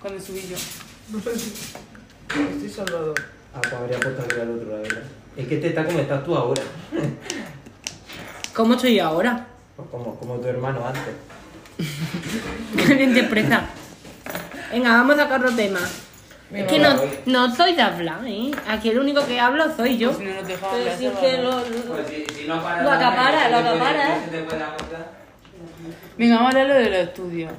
[SPEAKER 5] Cuando subí yo.
[SPEAKER 3] Estoy este Salvador.
[SPEAKER 6] Ah, pues habría puesto aquí al otro, la verdad. Es que este está como estás tú ahora.
[SPEAKER 2] ¿Cómo estoy yo ahora? *laughs*
[SPEAKER 6] Pues como, como tu hermano antes.
[SPEAKER 2] Interpreta. Venga, vamos a sacar otro tema. Es que no, no soy de hablar, ¿eh? Aquí el único que hablo soy yo.
[SPEAKER 5] Si no nos dejaba
[SPEAKER 4] Pero
[SPEAKER 5] hablar,
[SPEAKER 4] si es
[SPEAKER 5] Salvador.
[SPEAKER 4] que lo, lo-
[SPEAKER 6] Pues si, si no para
[SPEAKER 4] Lo acapara, lo acapara,
[SPEAKER 6] ¿Qué se te puede aguantar?
[SPEAKER 5] Venga, vamos a hablar lo de los estudios.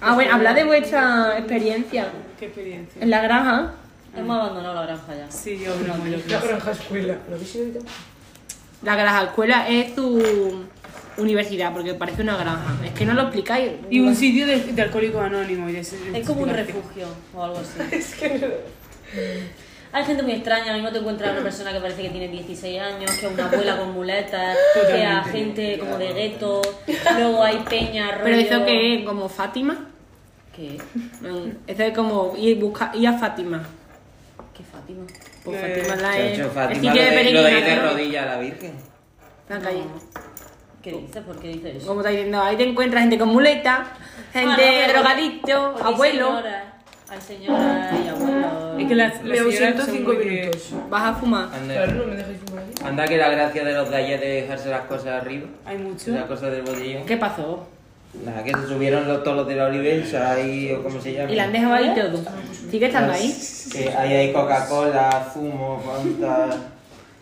[SPEAKER 2] Ah, bueno, hablad de vuestra experiencia
[SPEAKER 5] ¿Qué experiencia?
[SPEAKER 2] en la granja.
[SPEAKER 4] hemos abandonado la granja ya.
[SPEAKER 5] Sí, yo no, yo
[SPEAKER 3] La
[SPEAKER 2] pues.
[SPEAKER 5] creo.
[SPEAKER 3] granja escuela. ¿Lo habéis ido?
[SPEAKER 2] La granja escuela es tu universidad, porque parece una granja. Es que no lo explicáis.
[SPEAKER 5] Y un sitio de, de alcohólicos anónimos. ya sé-
[SPEAKER 4] Es como un
[SPEAKER 5] psicológico.
[SPEAKER 4] refugio o algo así. *laughs* es que Hay gente muy extraña, mismo te encuentras a una persona que parece que tiene 16 años, que a una abuela con muletas, que a
[SPEAKER 5] Totalmente.
[SPEAKER 4] gente como de gueto, luego hay peña, rollo...
[SPEAKER 2] Pero eso que es como Fátima.
[SPEAKER 4] ¿Qué?
[SPEAKER 2] Mm, Eso es como ir, busca, ir a Fátima.
[SPEAKER 4] ¿Qué Fátima?
[SPEAKER 2] Pues
[SPEAKER 5] Eh,
[SPEAKER 2] Fátima la es.
[SPEAKER 6] Chacho,
[SPEAKER 2] el
[SPEAKER 6] Fátima,
[SPEAKER 2] sitio de
[SPEAKER 6] lo de- lo de ir de
[SPEAKER 2] peregrinación.
[SPEAKER 6] rodillas a la Virgen.
[SPEAKER 2] La calle.
[SPEAKER 4] ¿Qué dices? ¿Por qué dices eso?
[SPEAKER 2] Como está diciendo, ahí te encuentras gente con muleta,
[SPEAKER 4] Ah, no,
[SPEAKER 2] gente
[SPEAKER 4] pero-
[SPEAKER 2] drogadicto,
[SPEAKER 4] porque hay
[SPEAKER 2] abuelo.
[SPEAKER 4] señoras, Hay señoras y abuelos...
[SPEAKER 5] Es que las
[SPEAKER 3] Me
[SPEAKER 5] las señoras
[SPEAKER 3] ausento
[SPEAKER 5] son
[SPEAKER 3] cinco
[SPEAKER 5] muy de-
[SPEAKER 3] minutos.
[SPEAKER 2] Vas a fumar.
[SPEAKER 3] Claro,
[SPEAKER 6] Anda,
[SPEAKER 3] no me dejáis fumar. ¿eh?
[SPEAKER 6] anda que la gracia de los de ayer de dejarse las cosas arriba.
[SPEAKER 5] Hay mucho.
[SPEAKER 6] Las cosas del botellón.
[SPEAKER 2] ¿Qué pasó?
[SPEAKER 6] Nada, que se subieron los tolos de la Olivenza y o como se llama.
[SPEAKER 2] Y la han dejado ahí todo. ¿Sigue estando ahí?
[SPEAKER 6] Que ahí hay Coca-Cola, zumo, Fanta.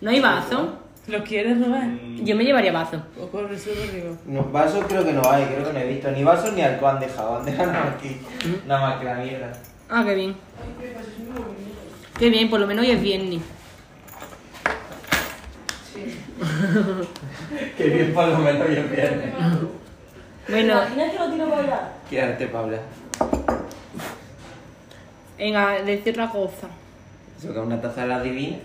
[SPEAKER 2] ¿No hay vaso?
[SPEAKER 5] ¿Los quieres robar?
[SPEAKER 6] Mm.
[SPEAKER 2] Yo me llevaría vaso.
[SPEAKER 5] O con resuelvo digo.
[SPEAKER 6] No, vasos creo que no hay, creo que no he visto. Ni vasos ni alcohol han dejado, han dejado nada más aquí. Nada más que la mierda.
[SPEAKER 2] Ah, qué bien. Qué bien, por lo menos hoy es viernes.
[SPEAKER 6] Que bien por lo menos yo viernes.
[SPEAKER 2] Bueno,
[SPEAKER 4] Imagina que lo tiro para allá.
[SPEAKER 6] Quédate, Paula.
[SPEAKER 2] venga, decir otra cosa.
[SPEAKER 6] Eso que es una taza de la divina.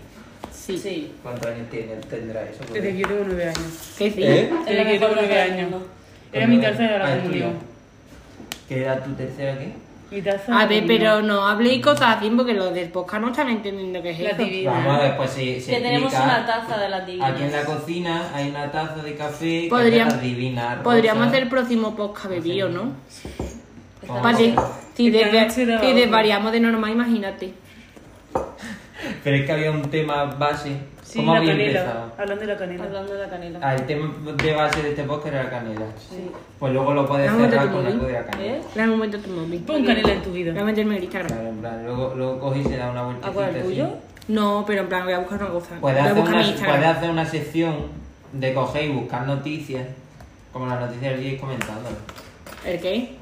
[SPEAKER 2] Sí.
[SPEAKER 4] Sí.
[SPEAKER 6] ¿Cuántos años tiene, tendrá eso?
[SPEAKER 5] Desde que yo tengo nueve años.
[SPEAKER 2] ¿Qué sí?
[SPEAKER 6] ¿Eh?
[SPEAKER 4] Es la
[SPEAKER 5] Desde que yo tengo
[SPEAKER 4] mejor
[SPEAKER 5] nueve
[SPEAKER 4] granja del
[SPEAKER 5] años.
[SPEAKER 4] mundo.
[SPEAKER 5] Era mi tercera
[SPEAKER 6] Ah,
[SPEAKER 5] la que
[SPEAKER 6] estudia.
[SPEAKER 5] murió.
[SPEAKER 6] ¿Qué era tu tercera qué?
[SPEAKER 5] Mi taza.
[SPEAKER 2] A ver,
[SPEAKER 5] murió.
[SPEAKER 2] pero no habléis cosas a tiempo que los del podcast no están entendiendo qué es
[SPEAKER 5] La
[SPEAKER 2] eso.
[SPEAKER 5] divina.
[SPEAKER 6] Vamos, después se, se
[SPEAKER 4] Que tenemos
[SPEAKER 6] explica.
[SPEAKER 4] una taza de las divinas.
[SPEAKER 6] Aquí en la cocina hay una taza de café que
[SPEAKER 2] Podríamos-
[SPEAKER 6] es de las divinas, rosa.
[SPEAKER 2] Podríamos hacer el próximo podcast bebido, ¿no?
[SPEAKER 4] Es
[SPEAKER 2] Vale,
[SPEAKER 6] Oh.
[SPEAKER 2] si,
[SPEAKER 5] Esta
[SPEAKER 2] desva-
[SPEAKER 5] noche era
[SPEAKER 2] si
[SPEAKER 5] otra.
[SPEAKER 2] desvariamos de norma, imagínate.
[SPEAKER 6] Pero es que había un tema base.
[SPEAKER 5] Sí,
[SPEAKER 6] ¿Cómo
[SPEAKER 5] la
[SPEAKER 6] había
[SPEAKER 5] canela.
[SPEAKER 6] empezado?
[SPEAKER 5] Hablando de la canela.
[SPEAKER 4] Hablando de la canela.
[SPEAKER 6] Ah, el tema de base de este podcast era la canela. Pues luego lo puedes
[SPEAKER 2] Vamos a
[SPEAKER 6] cerrar
[SPEAKER 2] tu
[SPEAKER 6] con
[SPEAKER 2] móvil.
[SPEAKER 6] algo de la canela.
[SPEAKER 4] ¿Eh?
[SPEAKER 2] Dame un momento tu móvil.
[SPEAKER 5] Pon canela en tu vida.
[SPEAKER 2] Voy a meterme en el Instagram.
[SPEAKER 6] Claro, en plan, luego, luego cogí y se da una vueltecita
[SPEAKER 4] ¿A cuál? ¿El
[SPEAKER 6] así.
[SPEAKER 4] tuyo?
[SPEAKER 2] No, pero en plan, voy a buscar una cosa. Voy
[SPEAKER 6] Puedes
[SPEAKER 2] a
[SPEAKER 6] hacer,
[SPEAKER 2] buscar mi
[SPEAKER 6] una, puedes
[SPEAKER 2] Instagram.
[SPEAKER 6] hacer una sección de coger y buscar noticias, como las noticias del día y comentándolas.
[SPEAKER 2] ¿El qué?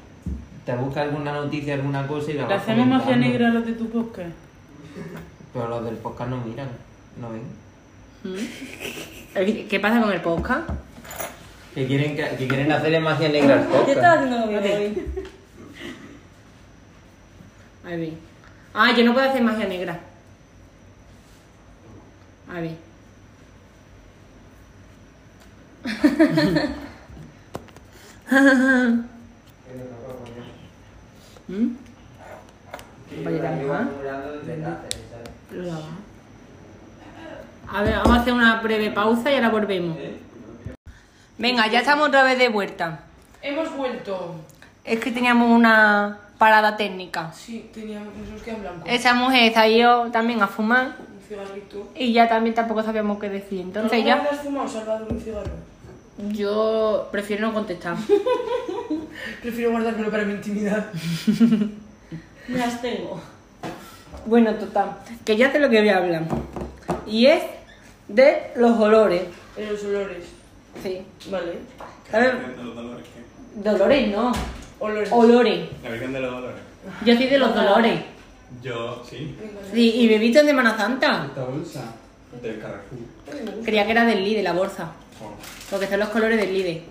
[SPEAKER 6] Te busca alguna noticia, alguna cosa y la
[SPEAKER 5] ¿Le
[SPEAKER 6] vas
[SPEAKER 5] hacemos magia
[SPEAKER 6] comentando.
[SPEAKER 5] negra a los de tu podcast?
[SPEAKER 6] Pero los del podcast no miran, no ven.
[SPEAKER 2] ¿El- ¿Qué pasa con el podcast?
[SPEAKER 6] Que quieren, que, que quieren hacerle magia negra al podcast.
[SPEAKER 4] ¿Qué estás haciendo novio hoy?
[SPEAKER 2] *laughs* A ver. Ah, yo no puedo hacer magia negra. A ver. ¿Mm? Lo grabamos. A ver, vamos a hacer una breve pausa y ahora volvemos. Venga, ya estamos otra vez de vuelta.
[SPEAKER 3] Hemos vuelto.
[SPEAKER 2] Es que teníamos una parada técnica.
[SPEAKER 3] Sí, teníamos, nos queda blanco.
[SPEAKER 2] Esa mujer salió también a fumar
[SPEAKER 3] Un cigarrito.
[SPEAKER 2] y ya también tampoco sabíamos qué decir. Entonces
[SPEAKER 3] ¿Alguna
[SPEAKER 2] ya
[SPEAKER 3] vez has fumado, Salvador, un cigarro?
[SPEAKER 2] yo prefiero no contestar.
[SPEAKER 3] Prefiero guardármelo para mi intimidad.
[SPEAKER 4] Me las tengo.
[SPEAKER 2] Bueno, total, que ya sé lo que voy a hablar. Y es de los olores.
[SPEAKER 3] En los olores.
[SPEAKER 2] Sí.
[SPEAKER 3] Vale.
[SPEAKER 2] A
[SPEAKER 1] La
[SPEAKER 2] ver,
[SPEAKER 1] Virgen de los Dolores, ¿qué?
[SPEAKER 2] dolores no,
[SPEAKER 3] Olores.
[SPEAKER 2] olores.
[SPEAKER 1] La Virgen de los Dolores.
[SPEAKER 2] Yo soy de los dolores.
[SPEAKER 1] Yo, sí,
[SPEAKER 2] Sí, y me he visto en Semana Santa.
[SPEAKER 6] Esta bolsa.
[SPEAKER 1] del Carrefour.
[SPEAKER 2] Creía que era del Lide, la bolsa.
[SPEAKER 1] Bueno,
[SPEAKER 2] Porque son los colores del Lide.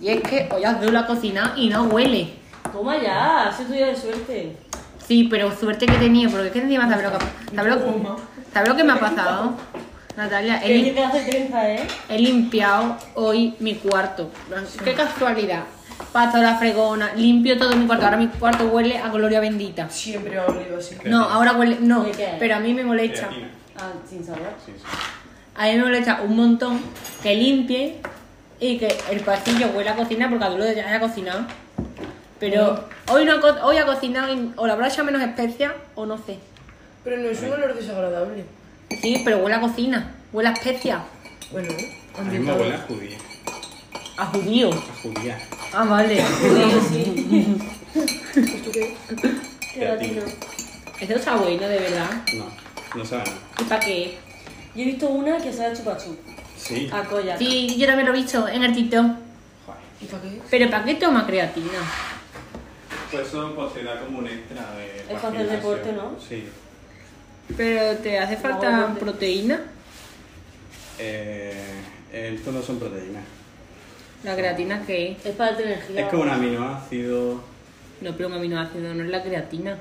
[SPEAKER 2] Y es que hoy has dado la cocina y no huele.
[SPEAKER 4] Toma ya, soy tuya de suerte.
[SPEAKER 2] Sí, pero suerte que he tenido, porque es que encima sabes lo que, sabes lo, sabes lo que me ha pasado. Natalia, he,
[SPEAKER 4] Que
[SPEAKER 2] lim-
[SPEAKER 4] te hace trenza, ¿eh?
[SPEAKER 2] he limpiado hoy mi cuarto. Qué casualidad. Paso la fregona, limpio todo mi cuarto. Ahora mi cuarto huele a gloria bendita.
[SPEAKER 3] Siempre ha olido así.
[SPEAKER 2] No, ahora huele. No,
[SPEAKER 4] ¿De qué?
[SPEAKER 2] pero a mí me molesta.
[SPEAKER 1] creatina,
[SPEAKER 4] Ah, sin sabor.
[SPEAKER 1] sí, sí.
[SPEAKER 2] A mí me molesta un montón que limpie y que el pasillo huela a cocina porque a Dolo ya haya cocinado. Pero
[SPEAKER 4] Mm.
[SPEAKER 2] hoy, no, ha co- hoy ha cocinado y- o la habrá echado menos especias o no sé.
[SPEAKER 3] Pero no es un olor desagradable.
[SPEAKER 2] Sí, pero huele a cocina, huele a especias,
[SPEAKER 3] Bueno,
[SPEAKER 1] A mí me huele a judía.
[SPEAKER 2] a judío.
[SPEAKER 1] A judía.
[SPEAKER 2] Ah, *laughs* vale.
[SPEAKER 3] ¿Esto qué?
[SPEAKER 1] Creatina.
[SPEAKER 2] Esto está bueno, de verdad.
[SPEAKER 1] No, no sabe nada.
[SPEAKER 2] ¿Y para qué?
[SPEAKER 4] Yo he visto una que sabe a chupa chup.
[SPEAKER 1] Sí.
[SPEAKER 4] A collar.
[SPEAKER 2] Sí, yo también lo he visto en el TikTok.
[SPEAKER 1] Joder.
[SPEAKER 3] ¿Y para qué?
[SPEAKER 2] Pero ¿para qué toma creatina?
[SPEAKER 1] Pues eso pues, te da como un extra de.
[SPEAKER 4] Es para hacer deporte, ¿no?
[SPEAKER 1] Sí.
[SPEAKER 2] Pero te hace falta proteína.
[SPEAKER 1] Eh, esto no son proteínas.
[SPEAKER 2] ¿La creatina qué es?
[SPEAKER 4] Es para darte energía.
[SPEAKER 1] Es como un aminoácido.
[SPEAKER 2] No, pero un aminoácido no es la creatina.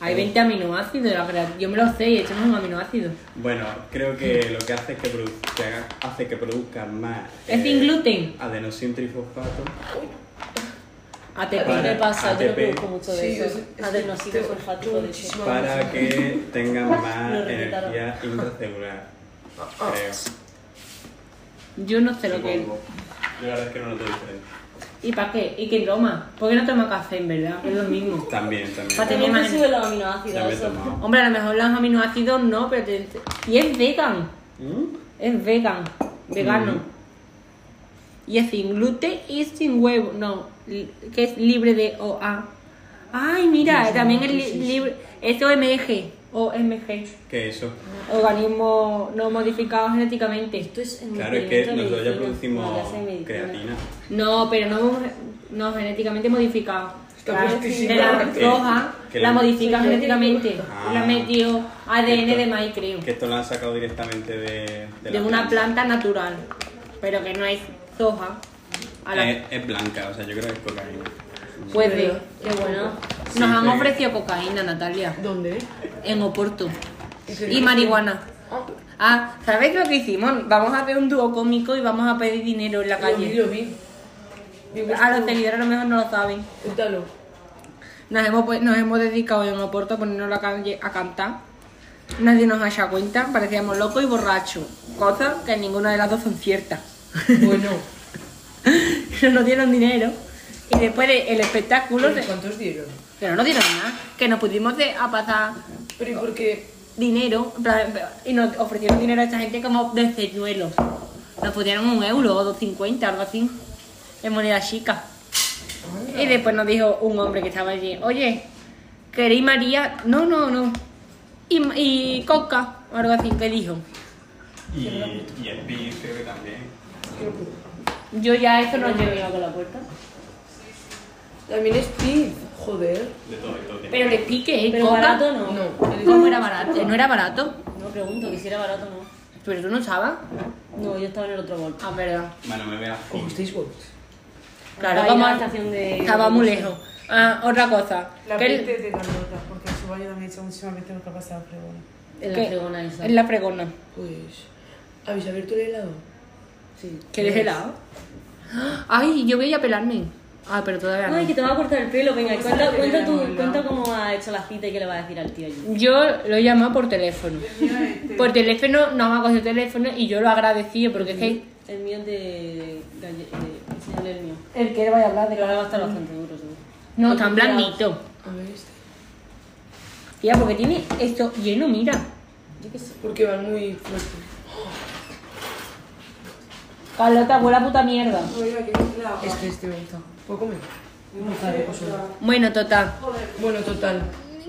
[SPEAKER 2] Hay 20 aminoácidos, la creatina. Yo me lo sé, y esto no es un aminoácido.
[SPEAKER 1] Bueno, creo que lo que hace es que, produ- que haga- hace que produzca más. eh,
[SPEAKER 2] Es sin gluten.
[SPEAKER 1] Adenosín trifosfato.
[SPEAKER 2] A
[SPEAKER 4] ¿A ti
[SPEAKER 1] Para-
[SPEAKER 4] te pasa? Yo no
[SPEAKER 1] ATP.
[SPEAKER 4] produzco mucho de
[SPEAKER 3] Sí, es-
[SPEAKER 4] eso.
[SPEAKER 3] es-
[SPEAKER 4] Adenosina
[SPEAKER 3] te-
[SPEAKER 4] sulfato de eso.
[SPEAKER 3] muchísimo.
[SPEAKER 1] Para que tengan
[SPEAKER 4] Lo
[SPEAKER 1] más
[SPEAKER 4] repitaron.
[SPEAKER 1] energía intracelular. Creo.
[SPEAKER 2] Yo no sé lo que es.
[SPEAKER 1] Supongo. Yo la verdad es que no lo tengo diferente.
[SPEAKER 2] ¿Y para qué? ¿Y qué toma? ¿Por qué no toma café, en verdad? Es lo mismo.
[SPEAKER 1] También, también.
[SPEAKER 2] Para tener
[SPEAKER 4] También
[SPEAKER 2] más
[SPEAKER 4] te sube los aminoácidos.
[SPEAKER 1] También
[SPEAKER 4] eso.
[SPEAKER 1] tomado.
[SPEAKER 2] Hombre, a lo mejor los aminoácidos no, pero te- te- Y es vegan. Es vegan. Vegano. Y es sin gluten y sin huevo. No, li- que es libre de OA. Ay, mira, también es li- libre... Es OMG. OMG.
[SPEAKER 1] Que eso.
[SPEAKER 2] Organismo no modificado genéticamente.
[SPEAKER 4] Esto es
[SPEAKER 1] Claro, es que nosotros ya producimos creatina.
[SPEAKER 2] No, pero no, no genéticamente modificado.
[SPEAKER 3] Está
[SPEAKER 2] La,
[SPEAKER 3] puestísima.
[SPEAKER 2] de la
[SPEAKER 1] Que-
[SPEAKER 2] roja
[SPEAKER 1] que
[SPEAKER 2] la
[SPEAKER 1] la-
[SPEAKER 2] modifica genéticamente.
[SPEAKER 1] Ah.
[SPEAKER 2] la metió ADN
[SPEAKER 1] Esto-
[SPEAKER 2] de maíz, creo.
[SPEAKER 1] Que esto lo han sacado directamente de, de
[SPEAKER 2] de
[SPEAKER 1] la
[SPEAKER 2] una planta natural, pero que no es soja. A la-
[SPEAKER 1] Eh, Es, es blanca, o sea, yo creo que es cocaína.
[SPEAKER 2] pues de-
[SPEAKER 3] verdad.
[SPEAKER 2] qué bueno.
[SPEAKER 1] Sí,
[SPEAKER 2] Nos han
[SPEAKER 1] sí.
[SPEAKER 2] ofrecido cocaína, Natalia,
[SPEAKER 3] ¿Dónde?
[SPEAKER 2] en Oporto.
[SPEAKER 3] ¿En
[SPEAKER 2] Y marihuana.
[SPEAKER 3] Ah,
[SPEAKER 2] Ah, ¿sabéis lo que hicimos? Vamos a ver un dúo cómico y vamos a pedir dinero en la
[SPEAKER 3] lo vi,
[SPEAKER 2] calle.
[SPEAKER 3] lo vi. Digo,
[SPEAKER 2] A los seguidores a lo mejor no lo saben.
[SPEAKER 3] Cuéntalo.
[SPEAKER 2] Nos hemos, pu- nos hemos dedicado en Oporto a ponernos la calle a cantar. Nadie nos haya cuenta, parecíamos locos y borrachos. Cosas *laughs* que ninguna de las dos son ciertas.
[SPEAKER 3] Bueno,
[SPEAKER 2] no nos dieron dinero Y después del espectáculo, de-
[SPEAKER 3] ¿Cuántos dieron?
[SPEAKER 2] pero no dieron nada, que nos pudimos de, a pasar
[SPEAKER 3] Pero ¿y por qué?
[SPEAKER 2] dinero, en plan, y nos ofrecieron dinero a esta gente como de señuelos. Nos pusieron un euro o dos cincuenta, algo así, en moneda chica. Y después nos dijo un hombre que estaba allí, oye, ¿queréis María? No, no, no. Y, y Coca, o algo así, que dijo.
[SPEAKER 1] Y, y el pis creo que también.
[SPEAKER 2] Yo ya eso no llevé.
[SPEAKER 4] con la puerta.
[SPEAKER 3] También es pib. Joder.
[SPEAKER 1] De todo, de todo.
[SPEAKER 2] Pero le pique, ¿eh?
[SPEAKER 4] Pero
[SPEAKER 2] Coca.
[SPEAKER 4] barato no.
[SPEAKER 3] No.
[SPEAKER 2] ¿Cómo era barato? No era barato.
[SPEAKER 4] No pregunto, que si era barato no.
[SPEAKER 2] Pero tú no sabes.
[SPEAKER 4] No, yo estaba en el otro golpe.
[SPEAKER 2] Ah, verdad.
[SPEAKER 1] Bueno, me veas.
[SPEAKER 3] ¿Cogisteis bolos?
[SPEAKER 2] Claro,
[SPEAKER 4] Ahí
[SPEAKER 2] como
[SPEAKER 4] la estación de-
[SPEAKER 2] estaba muy lejos. Ah, otra cosa.
[SPEAKER 7] La
[SPEAKER 2] que el-
[SPEAKER 7] peste de Carlota, porque en su baño también he hecho muchísimas veces lo que ha pasado, pero bueno.
[SPEAKER 4] En
[SPEAKER 2] que-
[SPEAKER 4] la fregona esa.
[SPEAKER 2] en la fregona.
[SPEAKER 3] Pues. ¿Habéis abierto el helado? Sí.
[SPEAKER 2] ¿Quieres helado? Ay, yo voy a pelarme. Ah, pero todavía
[SPEAKER 4] Ay, que
[SPEAKER 2] no.
[SPEAKER 4] te va a cortar el pelo, venga,
[SPEAKER 7] ¿Cómo
[SPEAKER 4] cuenta,
[SPEAKER 7] se
[SPEAKER 4] cuenta,
[SPEAKER 7] te
[SPEAKER 4] tu-
[SPEAKER 7] llama, no?
[SPEAKER 4] cuenta cómo ha hecho la cita y qué le vas a decir al tío allí.
[SPEAKER 2] Yo lo he llamado por teléfono. Por teléfono no me ha cogido el teléfono y yo lo he agradecido porque es que.
[SPEAKER 4] El mío es de. galle- de- enséñale el mío.
[SPEAKER 2] El que vaya a hablar Mm.
[SPEAKER 4] Pero ahora va a estar bastante duro, seguro.
[SPEAKER 2] No, tan blandito.
[SPEAKER 3] A ver este.
[SPEAKER 2] Tía, porque tiene esto lleno, mira.
[SPEAKER 4] Yo qué sé.
[SPEAKER 3] Porque van muy fuerte.
[SPEAKER 2] Carlota, huele a puta mierda.
[SPEAKER 7] Oiga, que es la
[SPEAKER 3] Es que este me gusta. ¿Puedo comer?
[SPEAKER 7] No sé, o sea,
[SPEAKER 2] Bueno, total.
[SPEAKER 3] Bueno, total.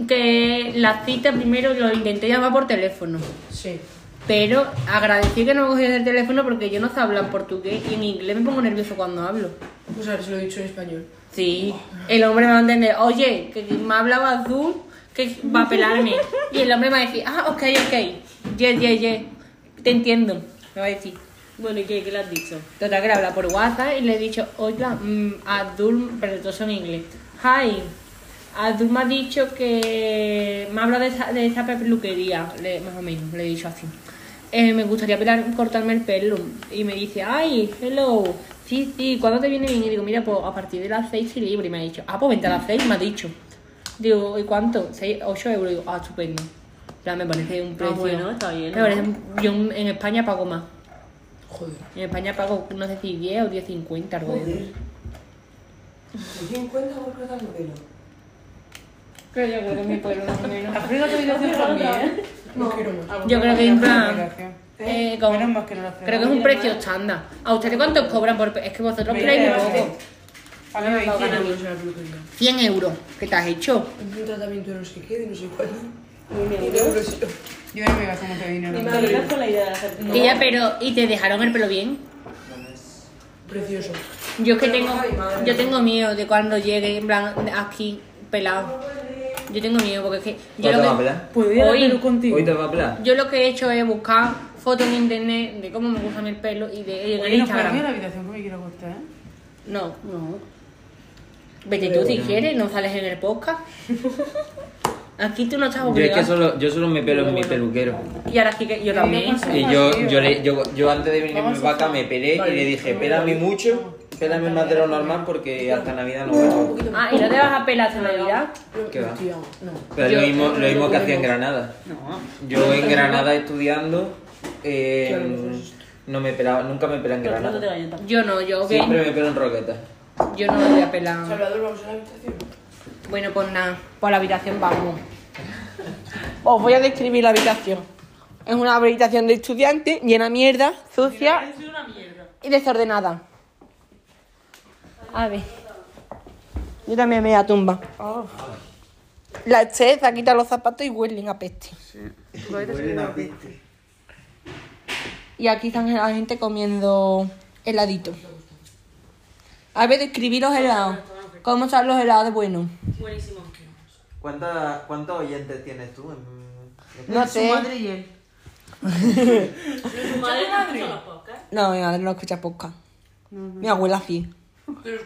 [SPEAKER 2] que la cita primero lo intenté llamar por teléfono.
[SPEAKER 3] Sí.
[SPEAKER 2] Pero agradecí que no me cogieras el teléfono porque yo no sé hablar portugués y en inglés me pongo nervioso cuando hablo.
[SPEAKER 3] Pues ahora se lo he dicho en español.
[SPEAKER 2] Sí. El hombre me va a entender, oye, que me hablaba azul, que va a pelarme. Y el hombre me va a decir, ah, ok, ok, yes, yes, yes, te entiendo. Me va a decir.
[SPEAKER 4] Bueno, ¿y qué, qué le has dicho?
[SPEAKER 2] Total, que le habla por WhatsApp y le he dicho, hola, mm, Abdul, pero todo son en inglés. Hi, Abdul me ha dicho que me habla de esa, de esa peluquería, le- más o menos, le he dicho así. "Eh, me gustaría pelar- cortarme el pelo. Y me dice, ay, hello, sí, sí, ¿cuándo te viene bien? Y digo, mira, pues a partir de las 6 y libre. Y me ha dicho, ah, pues vente a las 6, me ha dicho. Digo, ¿y cuánto? 6, 8 euros. Digo, ah, estupendo. Ya me parece un precio.
[SPEAKER 4] Ah, bueno, está bien,
[SPEAKER 2] Me
[SPEAKER 4] ¿no?
[SPEAKER 2] parece un- yo en España pago más.
[SPEAKER 3] Joder.
[SPEAKER 2] En España pago, no sé si 10 o 10.50, algo de eso.
[SPEAKER 7] ¿te di cuenta por cortar el pelo?
[SPEAKER 2] Pero yo creo que mi pueblo más o menos.
[SPEAKER 5] Pero no te voy a hacer por mí, ¿eh?
[SPEAKER 3] No quiero más.
[SPEAKER 2] Yo creo que en plan.
[SPEAKER 5] Eh,
[SPEAKER 2] eh, como-
[SPEAKER 5] Menos mal que no lo hacemos.
[SPEAKER 2] Creo que es un precio estándar. ¿A ustedes cuántos cobran por.? pe- Es que vosotros creéis muy poco.
[SPEAKER 5] A mí me
[SPEAKER 3] Pago
[SPEAKER 5] hicieron.
[SPEAKER 3] euros en la peluquería.
[SPEAKER 2] 100 euros. ¿Qué te has hecho?
[SPEAKER 3] Un tratamiento de no sé qué, de no sé cuál. Mil euros.
[SPEAKER 5] Yo no me gasto mucho dinero.
[SPEAKER 4] ¿Te quedas con la idea de hacer
[SPEAKER 2] Tía, pero. ¿Y te dejaron el pelo bien?
[SPEAKER 3] Precioso.
[SPEAKER 2] Yo es que tengo. Yo tengo miedo de cuando llegue, en plan, aquí, pelado. Yo tengo miedo porque es que. Yo lo
[SPEAKER 6] ¿Cuándo vas a
[SPEAKER 2] que-
[SPEAKER 6] pelar?
[SPEAKER 5] ¿Puedo ir a verlo contigo?
[SPEAKER 6] Hoy te va a hablar.
[SPEAKER 2] yo lo que he hecho es buscar fotos en internet de cómo me gusta mi pelo y de en el
[SPEAKER 5] Oye, nos perdí
[SPEAKER 2] Instagram.
[SPEAKER 5] la habitación que me quiero acostar, ¿eh?
[SPEAKER 2] No. No. Vete tú si quieres, no sales en el *laughs* podcast. Aquí tú no estás
[SPEAKER 6] Yo es
[SPEAKER 2] obligado.
[SPEAKER 6] que solo, yo solo me pelo en mi peluquero.
[SPEAKER 2] Y ahora sí que yo también.
[SPEAKER 6] Y yo, yo, le- yo, yo antes de venirme a vaca me pelé y le dije, pélame mucho, pélame más de lo normal porque hasta Navidad no vuelvo.
[SPEAKER 2] Ah, y no te vas a pelar en Navidad.
[SPEAKER 6] ¿Qué va?
[SPEAKER 3] Tío, no.
[SPEAKER 6] Pero es lo mismo, lo mismo que hacía en Granada. Yo en Granada estudiando, eh, no me pelaba, nunca me pelaba en
[SPEAKER 4] Pero pronto te
[SPEAKER 6] Granada.
[SPEAKER 4] vayas
[SPEAKER 2] Yo no, yo ok.
[SPEAKER 6] Siempre me pelo en roquetas.
[SPEAKER 2] Yo no me voy a pelar.
[SPEAKER 3] Salvador, vamos a la habitación.
[SPEAKER 2] Bueno, pues nada, por la habitación vamos. Os voy a describir la habitación. Es una habitación de estudiante llena de mierda, sucia y desordenada. A ver. Oh. Yo también me voy a tumba. La esteza quita los zapatos y huelen a peste. Y aquí están la gente comiendo heladito. A ver, describí los helados. ¿Cómo son los helados buenos?
[SPEAKER 4] Buenísimo.
[SPEAKER 6] ¿Cuántos oyentes tienes tú?
[SPEAKER 2] No sé.
[SPEAKER 4] ¿Tu madre no escucha los podcasts?
[SPEAKER 2] No, mi madre no escucha podcast. Mi abuela sí.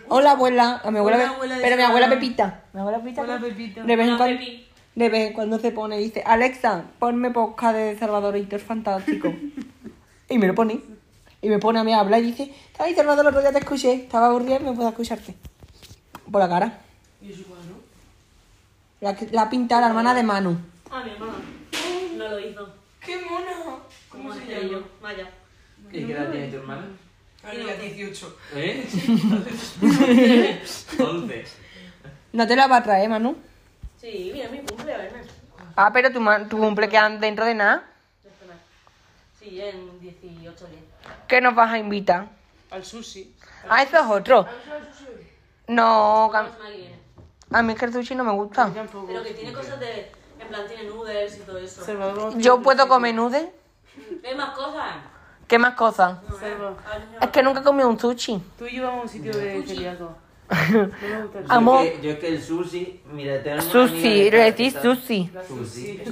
[SPEAKER 2] Hola abuela, a mi abuela,
[SPEAKER 5] Hola, abuela de
[SPEAKER 2] pero mi
[SPEAKER 5] Sara.
[SPEAKER 2] abuela Pepita, mi abuela Pepita,
[SPEAKER 5] Hola, Pepita.
[SPEAKER 2] De, vez en
[SPEAKER 4] Hola,
[SPEAKER 2] cuan-
[SPEAKER 4] Pepi.
[SPEAKER 2] de vez en cuando se pone y dice, Alexa, ponme podcast de Salvadoritos Fantástico.
[SPEAKER 5] *laughs*
[SPEAKER 2] y me lo pone, y me pone a mí a hablar y dice, ay Salvador, el otro día te escuché, estaba aburrida y no puedo escucharte. Por la cara. La, que- la ha pintado la hermana de Manu.
[SPEAKER 4] Ah, mi hermana. No lo hizo.
[SPEAKER 7] ¡Qué mono!
[SPEAKER 4] ¿Cómo se llama? Vaya.
[SPEAKER 6] ¿Y qué edad tiene tu hermana?
[SPEAKER 3] Ah,
[SPEAKER 7] Ahora ya 18.
[SPEAKER 3] *laughs*
[SPEAKER 6] *laughs*
[SPEAKER 8] ¿Eh? Once.
[SPEAKER 2] No te la va a traer, Manu.
[SPEAKER 4] Sí, mira, mi ¿eh? cumple, además.
[SPEAKER 2] Ah, pero tu, ma- tu cumple quedan dentro de nada.
[SPEAKER 4] Sí, en 18 días.
[SPEAKER 2] ¿Qué nos vas a invitar?
[SPEAKER 5] Al sushi.
[SPEAKER 2] Ah, eso es otro. No,
[SPEAKER 4] La
[SPEAKER 2] cam-
[SPEAKER 4] semana que viene.
[SPEAKER 2] a mí es que el sushi no me gusta.
[SPEAKER 5] Tampoco.
[SPEAKER 4] Pero que tiene cosas de. En plan, tiene noodles y todo eso.
[SPEAKER 5] Salvador.
[SPEAKER 2] Yo puedo comer nudes.
[SPEAKER 4] ¿Ves más cosas?
[SPEAKER 2] ¿Qué más cosas?
[SPEAKER 4] No,
[SPEAKER 5] Salva.
[SPEAKER 4] eh. Al niño-
[SPEAKER 2] Es que nunca he comido un sushi.
[SPEAKER 5] Tú y yo vamos a un sitio de celíaco. No me gusta el
[SPEAKER 2] Ah, Amor.
[SPEAKER 6] Yo es que, yo es que el sushi, mira, tengo una
[SPEAKER 2] Sushi,
[SPEAKER 6] amiga
[SPEAKER 2] le
[SPEAKER 6] de
[SPEAKER 2] decís
[SPEAKER 6] Pakistán.
[SPEAKER 2] sushi.
[SPEAKER 6] Sushi.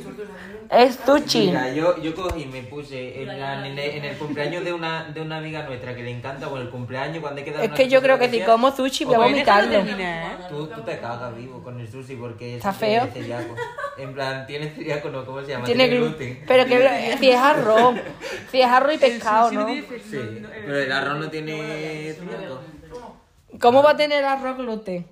[SPEAKER 2] Es sushi.
[SPEAKER 6] Mira, yo, yo cogí y me puse en, la- en el, en el cumpleaños de una, de una amiga nuestra que le encanta, o en el cumpleaños cuando hay que dar
[SPEAKER 2] Es
[SPEAKER 6] una
[SPEAKER 2] que yo creo que si
[SPEAKER 6] fotografía,
[SPEAKER 2] como sushi voy a
[SPEAKER 6] Ok.
[SPEAKER 2] vomitarlo.
[SPEAKER 6] Tú, tú te cagas vivo con el sushi porque
[SPEAKER 2] Está
[SPEAKER 6] es tiene
[SPEAKER 2] feo.
[SPEAKER 6] celíaco. En plan, tiene celíaco, no, ¿cómo se llama?
[SPEAKER 2] Tiene gluten. Pero que si es arroz. Si es arroz y pescado, ¿no?
[SPEAKER 6] Sí, pero el arroz no tiene celíaco.
[SPEAKER 2] ¿Cómo va a tener arroz gluten?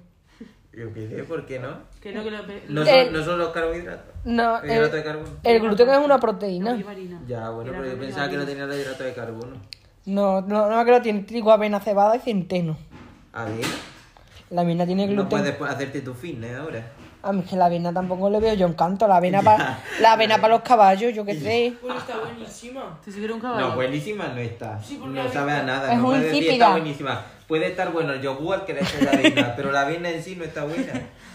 [SPEAKER 6] Yo qué sé, ¿por qué no?
[SPEAKER 5] Que no, que lo pe-
[SPEAKER 6] No
[SPEAKER 2] El-
[SPEAKER 6] son, no son los carbohidratos.
[SPEAKER 2] No,
[SPEAKER 6] Hidrato de
[SPEAKER 2] el,
[SPEAKER 6] carbono.
[SPEAKER 2] el gluten es una proteína.
[SPEAKER 5] harina.
[SPEAKER 6] Ya, bueno, pero yo pensaba que no tenía los hidratos de carbono.
[SPEAKER 2] No, no, no creo que tiene trigo, avena, cebada y centeno.
[SPEAKER 6] A ver,
[SPEAKER 2] La avena tiene
[SPEAKER 6] no
[SPEAKER 2] gluten.
[SPEAKER 6] puedes po- hacerte tu fitness ahora.
[SPEAKER 2] A mí es que la avena tampoco le veo yo encanto. La avena para la avena para los caballos, yo qué sé.
[SPEAKER 3] Bueno, está buenísima.
[SPEAKER 5] ¿Te siguieron un
[SPEAKER 6] No,
[SPEAKER 5] caballo?
[SPEAKER 6] buenísima no está.
[SPEAKER 3] Sí, porque
[SPEAKER 6] no
[SPEAKER 3] la
[SPEAKER 6] sabe a nada.
[SPEAKER 2] Es
[SPEAKER 6] no
[SPEAKER 2] muy
[SPEAKER 6] puede decir
[SPEAKER 2] insípida.
[SPEAKER 6] está buenísima. Puede estar bueno el yogur que le echa
[SPEAKER 2] *laughs*
[SPEAKER 6] la avena, pero la avena en sí no está buena.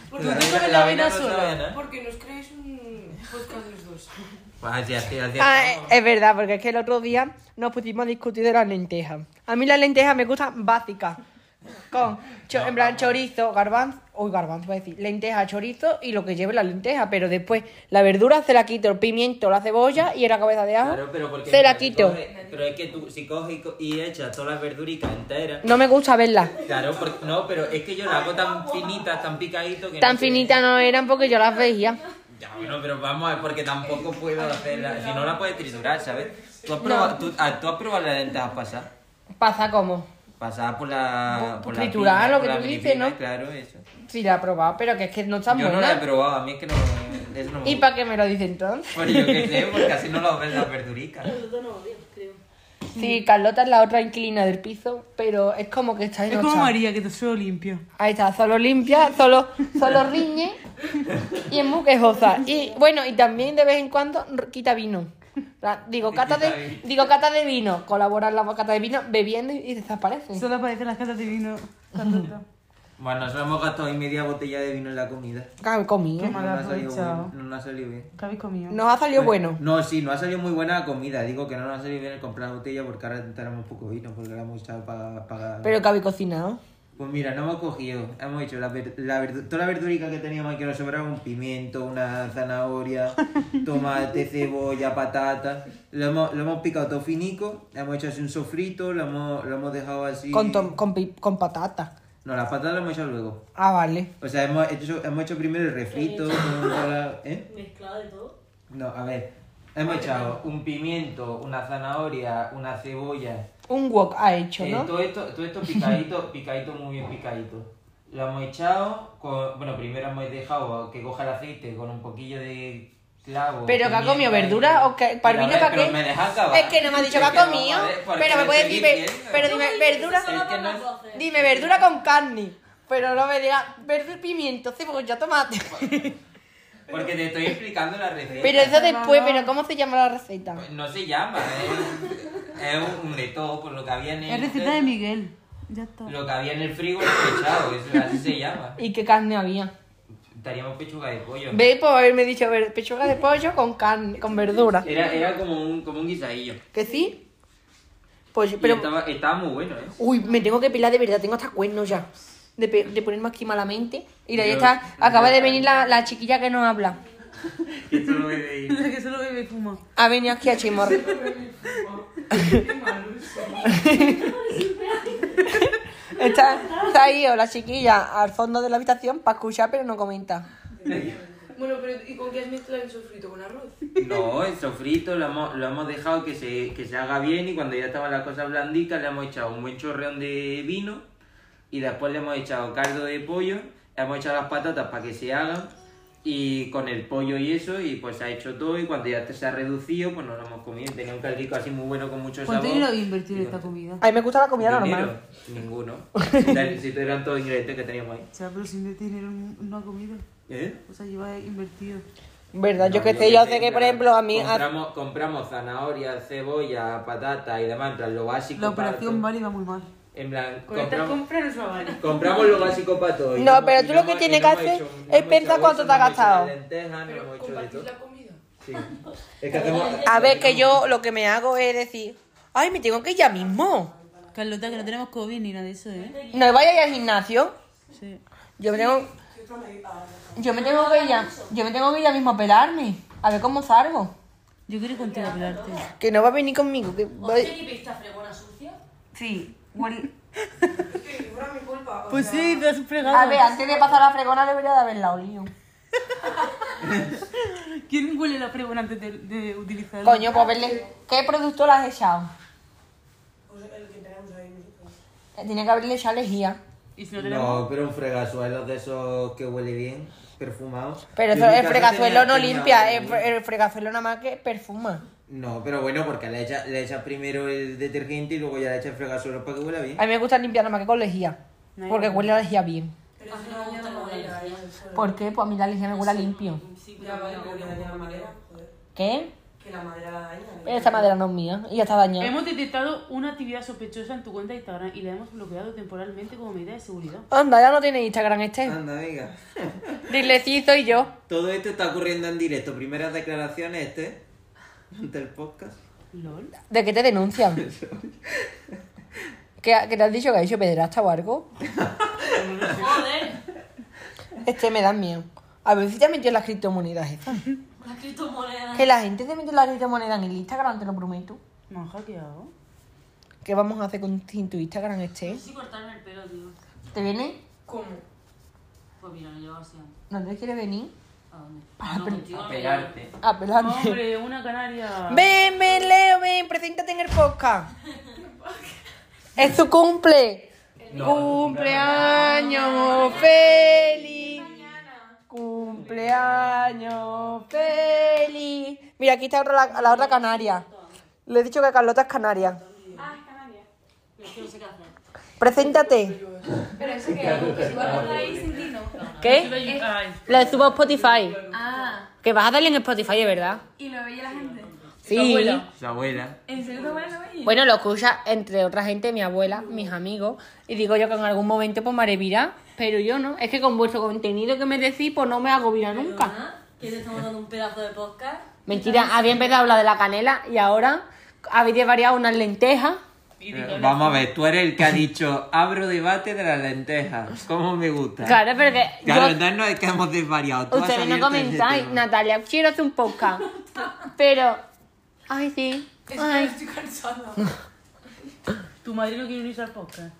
[SPEAKER 3] Porque
[SPEAKER 6] La
[SPEAKER 3] tú
[SPEAKER 6] avena-
[SPEAKER 3] comes
[SPEAKER 6] la
[SPEAKER 3] la avena
[SPEAKER 6] avena no sabe a
[SPEAKER 3] sola.
[SPEAKER 6] nada.
[SPEAKER 3] Porque nos creéis un podcast los dos.
[SPEAKER 6] Ah, sí, así, así
[SPEAKER 2] Ah,
[SPEAKER 6] estamos.
[SPEAKER 2] es verdad, porque es que el otro día nos pusimos a discutir de las lentejas. A mí las lentejas me gustan básicas. Con, cho- en plan, chorizo, garbanzo, uy, garbanzo, voy a decir, lenteja, chorizo y lo que lleve la lenteja. Pero después, la verdura se la quito, el pimiento, la cebolla y la cabeza de ajo
[SPEAKER 6] Claro, pero porque
[SPEAKER 2] se la
[SPEAKER 6] si
[SPEAKER 2] quito.
[SPEAKER 6] coge- pero es que tú, si coges y, co- y echas todas las verduritas enteras.
[SPEAKER 2] No me gusta verla.
[SPEAKER 6] Claro, porque, no, pero es que yo las hago tan finitas, tan picadito que.
[SPEAKER 2] Tan
[SPEAKER 6] no sé.
[SPEAKER 2] finitas no eran porque yo las veía.
[SPEAKER 6] Ya, bueno, pero vamos a ver, porque tampoco puedo hacerla. Si no la puedes triturar, ¿sabes? ¿Tú has probado, tú, ah, ¿tú has probado las lentejas pasadas?
[SPEAKER 2] Pasa como.
[SPEAKER 6] Pasada por la.
[SPEAKER 2] Por
[SPEAKER 6] Por la
[SPEAKER 2] triturar,
[SPEAKER 6] pila,
[SPEAKER 2] lo
[SPEAKER 6] por
[SPEAKER 2] que
[SPEAKER 6] la
[SPEAKER 2] tú
[SPEAKER 6] mini
[SPEAKER 2] dices,
[SPEAKER 6] pila,
[SPEAKER 2] ¿no?
[SPEAKER 6] Claro, eso.
[SPEAKER 2] Sí, la he probado, pero que es que no están
[SPEAKER 6] Yo no la he
[SPEAKER 2] buenas.
[SPEAKER 6] probado, a mí es que no. Eso no me
[SPEAKER 2] ¿Y
[SPEAKER 6] gusta.
[SPEAKER 2] para qué me lo dice entonces?
[SPEAKER 6] Pues yo qué sé, porque así
[SPEAKER 2] *laughs*
[SPEAKER 6] no lo ven las verduricas.
[SPEAKER 2] Sí, Carlota es la otra inquilina del piso, pero es como que está ahí
[SPEAKER 5] Es
[SPEAKER 2] no
[SPEAKER 5] como
[SPEAKER 2] está.
[SPEAKER 5] María, que te suelo limpio.
[SPEAKER 2] Ahí está, solo limpia, solo, solo riñe y es muy quejosa. Y bueno, y también de vez en cuando r- quita vino. En plan, Digo cata,
[SPEAKER 6] Quita
[SPEAKER 2] de,
[SPEAKER 6] vino.
[SPEAKER 2] digo cata de vino, colabora en la cata de vino, bebiendo y desaparece.
[SPEAKER 5] Solo aparecen las catas de vino. Carlota.
[SPEAKER 6] Bueno, nos hemos gastado hoy media botella de vino en la comida.
[SPEAKER 2] Ah, he comido.
[SPEAKER 6] No, no, ha salido
[SPEAKER 5] aprovechado.
[SPEAKER 6] bien, no nos ha salido bien.
[SPEAKER 5] ¿Qué habéis comido?
[SPEAKER 2] Nos ha salido bueno.
[SPEAKER 6] No, sí, no ha salido muy buena la comida. Digo que no nos ha salido bien el comprar botella porque ahora tenemos poco vino, porque lo hemos echado para...
[SPEAKER 2] Pero que habéis cocinado.
[SPEAKER 6] Pues mira, no hemos cogido. Hemos hecho la, ver- la verdu- toda la verdurica que teníamos que nos sobraba, un pimiento, una
[SPEAKER 2] *laughs*
[SPEAKER 6] zanahoria, tomate, cebolla, patata. Lo hemos, lo hemos picado todo finico, hemos hecho así un sofrito, lo hemos, lo hemos dejado así...
[SPEAKER 2] Con, tom- con, pi- con patata.
[SPEAKER 6] No, las patatas las hemos hecho luego.
[SPEAKER 2] Ah, vale.
[SPEAKER 6] O sea, hemos hecho, hemos hecho primero el refrito, con la- ¿eh?
[SPEAKER 4] Mezclado de todo.
[SPEAKER 6] No, a ver. Hemos echado un pimiento, una zanahoria, una cebolla.
[SPEAKER 2] Un wok ha hecho,
[SPEAKER 6] eh,
[SPEAKER 2] ¿no?
[SPEAKER 6] todo esto, todo
[SPEAKER 2] *laughs*
[SPEAKER 6] esto picadito, picadito, muy bien picadito. Lo hemos echado, con- bueno, primero hemos dejado que coja el aceite con un poquillo de clavo.
[SPEAKER 2] Pero que ha
[SPEAKER 6] pimienta
[SPEAKER 2] comido
[SPEAKER 6] y-
[SPEAKER 2] verdura o que
[SPEAKER 6] Pero a
[SPEAKER 2] parvino
[SPEAKER 6] ver,
[SPEAKER 2] para
[SPEAKER 6] pero
[SPEAKER 2] qué.
[SPEAKER 6] me deja acabar.
[SPEAKER 2] Es que no me ha dicho que
[SPEAKER 6] Es
[SPEAKER 2] ha
[SPEAKER 6] no,
[SPEAKER 2] comido.
[SPEAKER 6] a ver, ¿por
[SPEAKER 2] Pero
[SPEAKER 6] qué
[SPEAKER 2] me puede decir,
[SPEAKER 6] seguís
[SPEAKER 2] ve-
[SPEAKER 6] viendo?
[SPEAKER 2] pero dime, verdura.
[SPEAKER 6] Es que no es-
[SPEAKER 2] Dime verdura con carne, pero no me digas verdura, pimiento, cebolla, tomate.
[SPEAKER 6] Porque te estoy explicando la receta. Pues
[SPEAKER 2] Pero eso después, pero ¿cómo se llama la receta?
[SPEAKER 6] No se llama, ¿eh? es un, un de todo, por lo que había en el...
[SPEAKER 5] Es receta de Miguel. Ya está.
[SPEAKER 6] *laughs*
[SPEAKER 5] *laughs*
[SPEAKER 6] Lo que había en el frigo lo he echado, eso, así se llama.
[SPEAKER 2] ¿Y qué carne había?
[SPEAKER 6] Estaríamos pechuga de pollo.
[SPEAKER 2] Ve por haberme dicho ver- pechuga de pollo con carne, con verdura.
[SPEAKER 6] Era, era como un, como un guisadillo.
[SPEAKER 2] ¿Que sí? Pues,
[SPEAKER 6] Y
[SPEAKER 2] pero,
[SPEAKER 6] estaba, estaba muy bueno,
[SPEAKER 9] *laughs*
[SPEAKER 6] ¿eh?
[SPEAKER 2] uy, me tengo que pilar de verdad, tengo hasta cuernos ya. De, pe- de ponerme aquí malamente. Y ahí
[SPEAKER 6] Yo-
[SPEAKER 2] está, acaba de venir la, la chiquilla que nos habla.
[SPEAKER 6] Que esto lo he de ir.
[SPEAKER 5] que solo bebe y fuma.
[SPEAKER 2] Ha venido aquí a chismorrear. está, está ahí o la chiquilla al fondo de la habitación para escuchar pero no comenta.
[SPEAKER 3] Bueno, pero ¿y con qué has mezclado el sofrito? ¿Con arroz?
[SPEAKER 6] No, el sofrito lo hemos, lo hemos dejado que se, que se haga bien y cuando ya estaban las cosas blanditas le hemos echado un buen chorreón de vino y después le hemos echado caldo de pollo, le hemos echado las patatas para que se hagan y con el pollo y eso, y pues se ha hecho todo, y cuando ya se ha reducido, pues no lo hemos comido, tenía un caldico así muy bueno con mucho
[SPEAKER 5] Pues
[SPEAKER 6] sabor.
[SPEAKER 8] ¿Cuánto dinero voy a invertir en esta comida?
[SPEAKER 9] A mí me gusta la comida
[SPEAKER 6] Dinero,
[SPEAKER 9] normal.
[SPEAKER 6] Ninguno. Eran- Si eran todos los ingredientes que teníamos ahí.
[SPEAKER 8] O sea, pero si invertir dinero en una comida,
[SPEAKER 6] ¿Eh?
[SPEAKER 8] o sea, lleva invertido.
[SPEAKER 9] ¿Verdad?
[SPEAKER 6] No,
[SPEAKER 9] yo que sé, yo sé que,
[SPEAKER 6] en
[SPEAKER 9] por
[SPEAKER 6] plan,
[SPEAKER 9] ejemplo, a mí... a-
[SPEAKER 6] Compramos, compramos zanahoria, cebolla, patata y demás, en plan, lo básico.
[SPEAKER 8] La
[SPEAKER 6] para
[SPEAKER 8] operación
[SPEAKER 6] to-
[SPEAKER 8] Mari va muy mal.
[SPEAKER 6] En plan,
[SPEAKER 5] Con estas
[SPEAKER 6] compramos,
[SPEAKER 5] compras no se va a valer.
[SPEAKER 6] compramos lo básico para todo. y
[SPEAKER 9] No,
[SPEAKER 6] hemos-
[SPEAKER 9] pero
[SPEAKER 6] y
[SPEAKER 9] tú lo que
[SPEAKER 6] hemos- y
[SPEAKER 9] tienes
[SPEAKER 6] no
[SPEAKER 9] que
[SPEAKER 6] hemos
[SPEAKER 9] hacer
[SPEAKER 6] hecho-
[SPEAKER 9] es
[SPEAKER 6] no hemos
[SPEAKER 9] pensar
[SPEAKER 6] hecho
[SPEAKER 9] cuánto te
[SPEAKER 6] bolsa,
[SPEAKER 9] has
[SPEAKER 6] no hemos
[SPEAKER 9] gastado.
[SPEAKER 6] hecho lentejas, no hemos hecho de todo.
[SPEAKER 3] la comida.
[SPEAKER 6] Sí. Es que hacemos...
[SPEAKER 9] A ver, que yo lo que me hago es decir, ay, me tengo que ir ya mismo.
[SPEAKER 8] Carlota, que no tenemos COVID ni nada de eso, ¿eh?
[SPEAKER 9] No vaya a ir al gimnasio.
[SPEAKER 8] Sí.
[SPEAKER 9] Yo me tengo... Yo me tengo que ir ya, yo me tengo que ir ya mismo a pelarme. A ver cómo salgo.
[SPEAKER 8] Yo quiero contigo hablarte.
[SPEAKER 9] Que no va a venir conmigo, que voy...
[SPEAKER 4] qué pista fregona sucia?
[SPEAKER 8] Sí. Pues sí, te has fregado.
[SPEAKER 9] A ver, antes de pasar la fregona debería de haberla olido.
[SPEAKER 8] ¿Quién huele la fregona antes de, de utilizarla?
[SPEAKER 9] Coño, pues verle, ¿qué producto le has echado? Tiene que haberle echado lejía.
[SPEAKER 5] Y si no tenemos.
[SPEAKER 6] No, pero un fregazuelo de esos que huele bien, perfumados.
[SPEAKER 9] Pero
[SPEAKER 6] Yo
[SPEAKER 9] eso,
[SPEAKER 6] en mi
[SPEAKER 9] el
[SPEAKER 6] casa
[SPEAKER 9] fregazuelo
[SPEAKER 6] tenía-
[SPEAKER 9] no
[SPEAKER 6] tenía
[SPEAKER 9] limpia, eh, el,
[SPEAKER 6] algo.
[SPEAKER 9] el fregazuelo nada más que perfuma.
[SPEAKER 6] No, pero bueno, porque le echas le echa primero el detergente y luego ya le echas el fregazuelo para que huela bien.
[SPEAKER 9] A mí me gusta limpiar nada más que con lejía. Porque huele a lejía bien.
[SPEAKER 4] A mí no me gusta la madera.
[SPEAKER 9] ¿Por qué? Pues a mí la lejía me huele a limpio. ¿Qué? Pero Esa madera no es mía y ya está dañada.
[SPEAKER 5] Hemos detectado una actividad sospechosa en tu cuenta de Instagram y la hemos bloqueado temporalmente como medida de seguridad.
[SPEAKER 9] Anda, ya no tiene Instagram este.
[SPEAKER 6] Anda, venga.
[SPEAKER 9] Dile sí, soy yo.
[SPEAKER 6] Todo esto está ocurriendo en directo. Primeras declaraciones, este. Del podcast.
[SPEAKER 5] LOL.
[SPEAKER 9] ¿De qué te denuncian? ¿Qué, ha- qué te has dicho que ha dicho pederasta o algo?
[SPEAKER 4] Joder,
[SPEAKER 9] Este me da miedo. A ver si te has metido en las criptomonedas esas.
[SPEAKER 4] las criptomonedas.
[SPEAKER 9] Que la gente se mete en las criptomonedas en el Instagram, te lo prometo.
[SPEAKER 5] ¿Me han hackeado?
[SPEAKER 9] ¿Qué vamos a hacer con sin tu Instagram este?
[SPEAKER 4] No sé si cortarme el pelo, tío.
[SPEAKER 9] ¿Te viene?
[SPEAKER 3] ¿Cómo?
[SPEAKER 4] Pues mira, lo llevo así antes.
[SPEAKER 9] ¿No te quiere venir? Ah,
[SPEAKER 4] ¿A dónde?
[SPEAKER 9] Para
[SPEAKER 4] no,
[SPEAKER 9] pe-
[SPEAKER 4] contigo no me llevo.
[SPEAKER 9] A pelarte.
[SPEAKER 5] Hombre, una canaria.
[SPEAKER 9] Ven, ven, Leo, ven, preséntate en el podcast. es su cumple. cumpleaños feliz. Cumpleaños feliz. Mira, aquí está otra- la, la otra canaria. Le he dicho que Carlota es canaria.
[SPEAKER 4] Es que no sé qué hacer.
[SPEAKER 9] Preséntate.
[SPEAKER 10] Pero eso que, que si vos no dais sentido.
[SPEAKER 9] ¿Qué?
[SPEAKER 5] Ay,
[SPEAKER 2] La subo a Spotify.
[SPEAKER 10] Ah,
[SPEAKER 2] Que vas a darle en Spotify, de verdad.
[SPEAKER 10] y lo veía la gente.
[SPEAKER 2] Sí.
[SPEAKER 6] Su abuela.
[SPEAKER 10] ¿En serio tu abuela lo veía?
[SPEAKER 2] Bueno, lo escucha entre otra gente, mi abuela, mis amigos. Y digo yo que en algún momento pues me haré viral, pero yo no. Es que con vuestro contenido que me decís, pues no me hago viral nunca.
[SPEAKER 4] ¿Ah? ¿Que te estamos dando un pedazo de podcast?
[SPEAKER 2] Mentira, había empezado a hablar de la canela y ahora habéis variado unas lentejas.
[SPEAKER 6] Eh, Vamos a ver, tú eres el que ha dicho abro debate de las lentejas. ¿Cómo me gusta?
[SPEAKER 2] Claro, pero que
[SPEAKER 6] Claro,
[SPEAKER 2] yo-
[SPEAKER 6] entonces no es que hemos desvariado. Tú has
[SPEAKER 2] ustedes no
[SPEAKER 6] abierto ese
[SPEAKER 2] comentáis,
[SPEAKER 6] tema.
[SPEAKER 2] Natalia, quiero hacer un podcast. Pero, ay sí, ay,
[SPEAKER 5] tu madre no quiere unirse al podcast.
[SPEAKER 2] ay,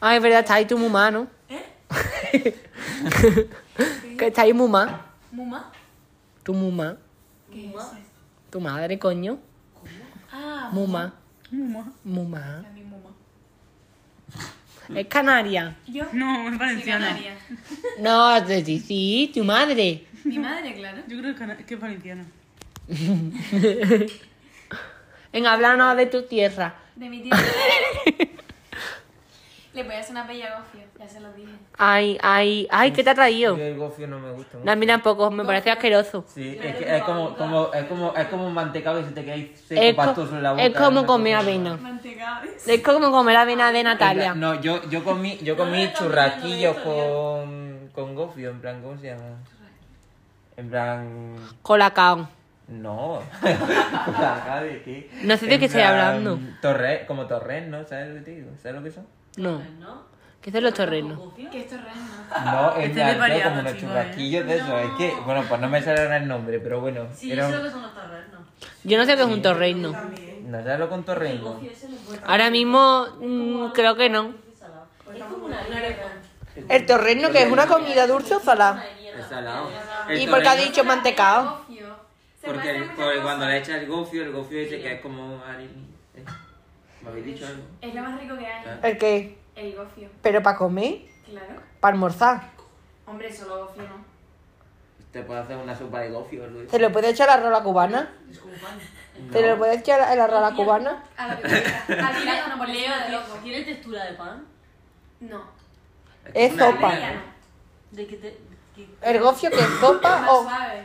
[SPEAKER 2] Ah, es verdad, estáis tú muy mal, ¿no? *laughs* que estáis muy mal.
[SPEAKER 10] ¿Muma?
[SPEAKER 2] Tu muma. Tu madre, coño.
[SPEAKER 10] Ah,
[SPEAKER 2] Muma. Muma. Muma.
[SPEAKER 10] mi muma.
[SPEAKER 2] Es canaria.
[SPEAKER 10] ¿Yo?
[SPEAKER 5] No, es
[SPEAKER 10] Sí,
[SPEAKER 5] valenciana.
[SPEAKER 10] canaria.
[SPEAKER 2] No, te sí, sí, tu madre.
[SPEAKER 10] Mi madre, claro.
[SPEAKER 5] Yo creo que cana- que es valenciana.
[SPEAKER 2] En hablarnos de tu tierra.
[SPEAKER 10] De mi *laughs* tía. Le voy a hacer una bella gofio, ya se lo dije.
[SPEAKER 2] Ay, ay, ay, ¿qué te ha traído?
[SPEAKER 6] Yo el gofio no me gusta mucho.
[SPEAKER 2] No, a mí tampoco, me parece asqueroso.
[SPEAKER 6] Sí, es, que es, como, como, es, como, es como un mantecado que se te queda seco,
[SPEAKER 2] Es, co-
[SPEAKER 6] pastoso en la boca.
[SPEAKER 2] es como
[SPEAKER 6] no
[SPEAKER 2] comer
[SPEAKER 6] sé.
[SPEAKER 2] avena.
[SPEAKER 10] Mantecabes.
[SPEAKER 2] Es como comer avena de Natalia.
[SPEAKER 6] No, yo, yo comí, yo comí churraquillos con, con gofio, en plan, ¿cómo se llama? En plan...
[SPEAKER 2] Colacao.
[SPEAKER 6] No. Acá de qué.
[SPEAKER 2] No sé de
[SPEAKER 6] En
[SPEAKER 2] qué estoy
[SPEAKER 6] plan,
[SPEAKER 2] hablando.
[SPEAKER 6] Torre, como torres, ¿no? ¿Sabes lo que te digo? ¿Sabes lo que son?
[SPEAKER 2] No.
[SPEAKER 4] ¿No?
[SPEAKER 2] ¿Qué son los torrenos?
[SPEAKER 4] ¿Gofio?
[SPEAKER 10] Que esto es raro.
[SPEAKER 6] No, es
[SPEAKER 5] Este
[SPEAKER 6] plan,
[SPEAKER 5] es de
[SPEAKER 6] todo como
[SPEAKER 5] variado,
[SPEAKER 6] unos
[SPEAKER 5] chico,
[SPEAKER 6] churraquillos de eso. Es que, bueno, pues no me sale ahora el nombre, pero bueno.
[SPEAKER 4] Sí, yo
[SPEAKER 6] era
[SPEAKER 4] sé lo
[SPEAKER 6] un-
[SPEAKER 4] que son los terrenos.
[SPEAKER 2] Yo no sé qué es un torreino.
[SPEAKER 6] ¿No sabes lo con torreno?
[SPEAKER 4] Gofio, ese es el bueno.
[SPEAKER 2] Ahora mismo mm, Ah, creo que no.
[SPEAKER 4] Es salado. Es como una arepa.
[SPEAKER 9] El torreno que es una comida dulce o salada.
[SPEAKER 4] Una mierda.
[SPEAKER 6] salado.
[SPEAKER 9] ¿Y por qué ha dicho mantecao?
[SPEAKER 10] Gofio. Se
[SPEAKER 6] Porque
[SPEAKER 10] puede
[SPEAKER 6] el-
[SPEAKER 10] hacer
[SPEAKER 6] porque
[SPEAKER 10] muchas
[SPEAKER 6] cuando
[SPEAKER 10] cosas.
[SPEAKER 6] le echas el gofio, el gofio dice que es como un harina. ¿Eh? ¿Me habéis dicho algo?
[SPEAKER 10] Es lo más rico que hay.
[SPEAKER 9] ¿El qué?
[SPEAKER 10] El gofio,
[SPEAKER 9] Pero para comer,
[SPEAKER 10] claro.
[SPEAKER 9] para almorzar.
[SPEAKER 10] Hombre, solo gofio no.
[SPEAKER 6] Te puedes hacer una sopa de gofio, Luis.
[SPEAKER 2] ¿Te lo puedes echar a la rola cubana? ¿Te lo puedes echar a la rola cubana?
[SPEAKER 10] *laughs* A lo que quiera. Al final, no, por
[SPEAKER 4] Leo,
[SPEAKER 10] encima de
[SPEAKER 4] tío,
[SPEAKER 10] loco.
[SPEAKER 4] ¿tiene textura de pan?
[SPEAKER 10] No.
[SPEAKER 2] Es
[SPEAKER 6] Una
[SPEAKER 2] sopa.
[SPEAKER 6] alegría.
[SPEAKER 9] Oh.
[SPEAKER 4] ¿De qué te...? qué-
[SPEAKER 2] ¿El gofio que es
[SPEAKER 10] Es
[SPEAKER 2] sopa
[SPEAKER 10] más
[SPEAKER 2] o,
[SPEAKER 10] suave.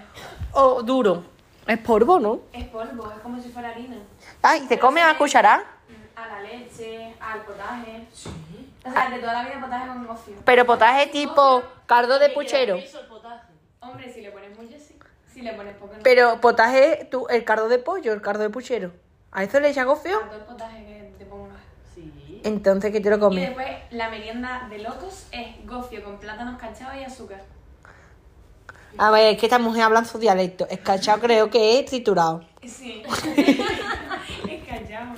[SPEAKER 2] o duro? Es polvo, ¿no? Ah,
[SPEAKER 10] Es polvo, es como si fuera harina.
[SPEAKER 2] Ay, ¿te comes a cuchará?
[SPEAKER 10] Mm, A la leche, al potaje. Sí. O sea, de toda la vida potaje con gofio.
[SPEAKER 2] Pero potaje tipo caldo de puchero.
[SPEAKER 10] Hombre, si le pones mucho, sí. Si le pones poco, no.
[SPEAKER 2] Pero potaje, tú, el caldo de pollo, el caldo de puchero. ¿A eso le echas gofio?
[SPEAKER 10] Tanto el potaje que te pongas.
[SPEAKER 2] Entonces, ¿qué te lo
[SPEAKER 10] Y
[SPEAKER 2] comes?
[SPEAKER 10] después, la merienda de locos es gofio con plátanos cachados y azúcar.
[SPEAKER 2] A ver, es que esta mujer habla en su dialecto. Escachado creo que es triturado.
[SPEAKER 10] Sí. *laughs* es cachao.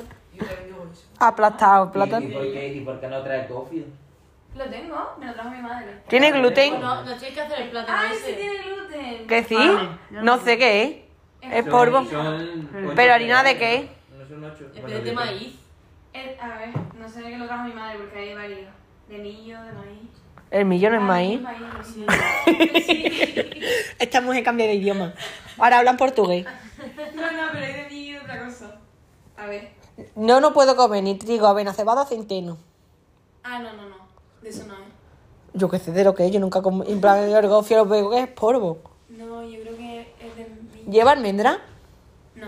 [SPEAKER 2] Aplastado,
[SPEAKER 6] ¿Y, y
[SPEAKER 2] plátano.
[SPEAKER 6] por qué, ¿Y por qué no trae gofio?
[SPEAKER 2] *laughs*
[SPEAKER 10] Lo tengo, me lo trajo mi madre.
[SPEAKER 2] ¿Tiene gluten?
[SPEAKER 4] No, no tienes que hacer el plátano
[SPEAKER 10] ¡Ay, sí
[SPEAKER 4] Ah, ese.
[SPEAKER 10] tiene gluten!
[SPEAKER 2] ¿Que sí? No sé qué es. Es
[SPEAKER 6] Son-
[SPEAKER 2] polvo.
[SPEAKER 6] son ocho
[SPEAKER 2] ¿Pero harina de
[SPEAKER 6] cereales,
[SPEAKER 2] qué?
[SPEAKER 6] No son ocho.
[SPEAKER 4] Es
[SPEAKER 6] Bueno,
[SPEAKER 4] de
[SPEAKER 6] yo
[SPEAKER 4] maíz.
[SPEAKER 10] Eh, a ver, no sé de qué lo trajo mi madre porque hay varios. De millo, de maíz. Ah,
[SPEAKER 2] El millón es maíz.
[SPEAKER 10] maíz, sí.
[SPEAKER 2] Esta mujer cambia de idioma. Ahora hablan portugués.
[SPEAKER 10] *laughs* No, no, pero hay de millo y otra cosa. A ver.
[SPEAKER 2] No, no puedo comer ni trigo, avena, cebada o centeno.
[SPEAKER 10] Ah, no, no, no. De eso no es.
[SPEAKER 2] Yo qué sé de lo que es, yo nunca como. En plan, el gofio lo veo que es polvo.
[SPEAKER 10] No, yo creo que es de millo.
[SPEAKER 2] Lleva almendra
[SPEAKER 10] No,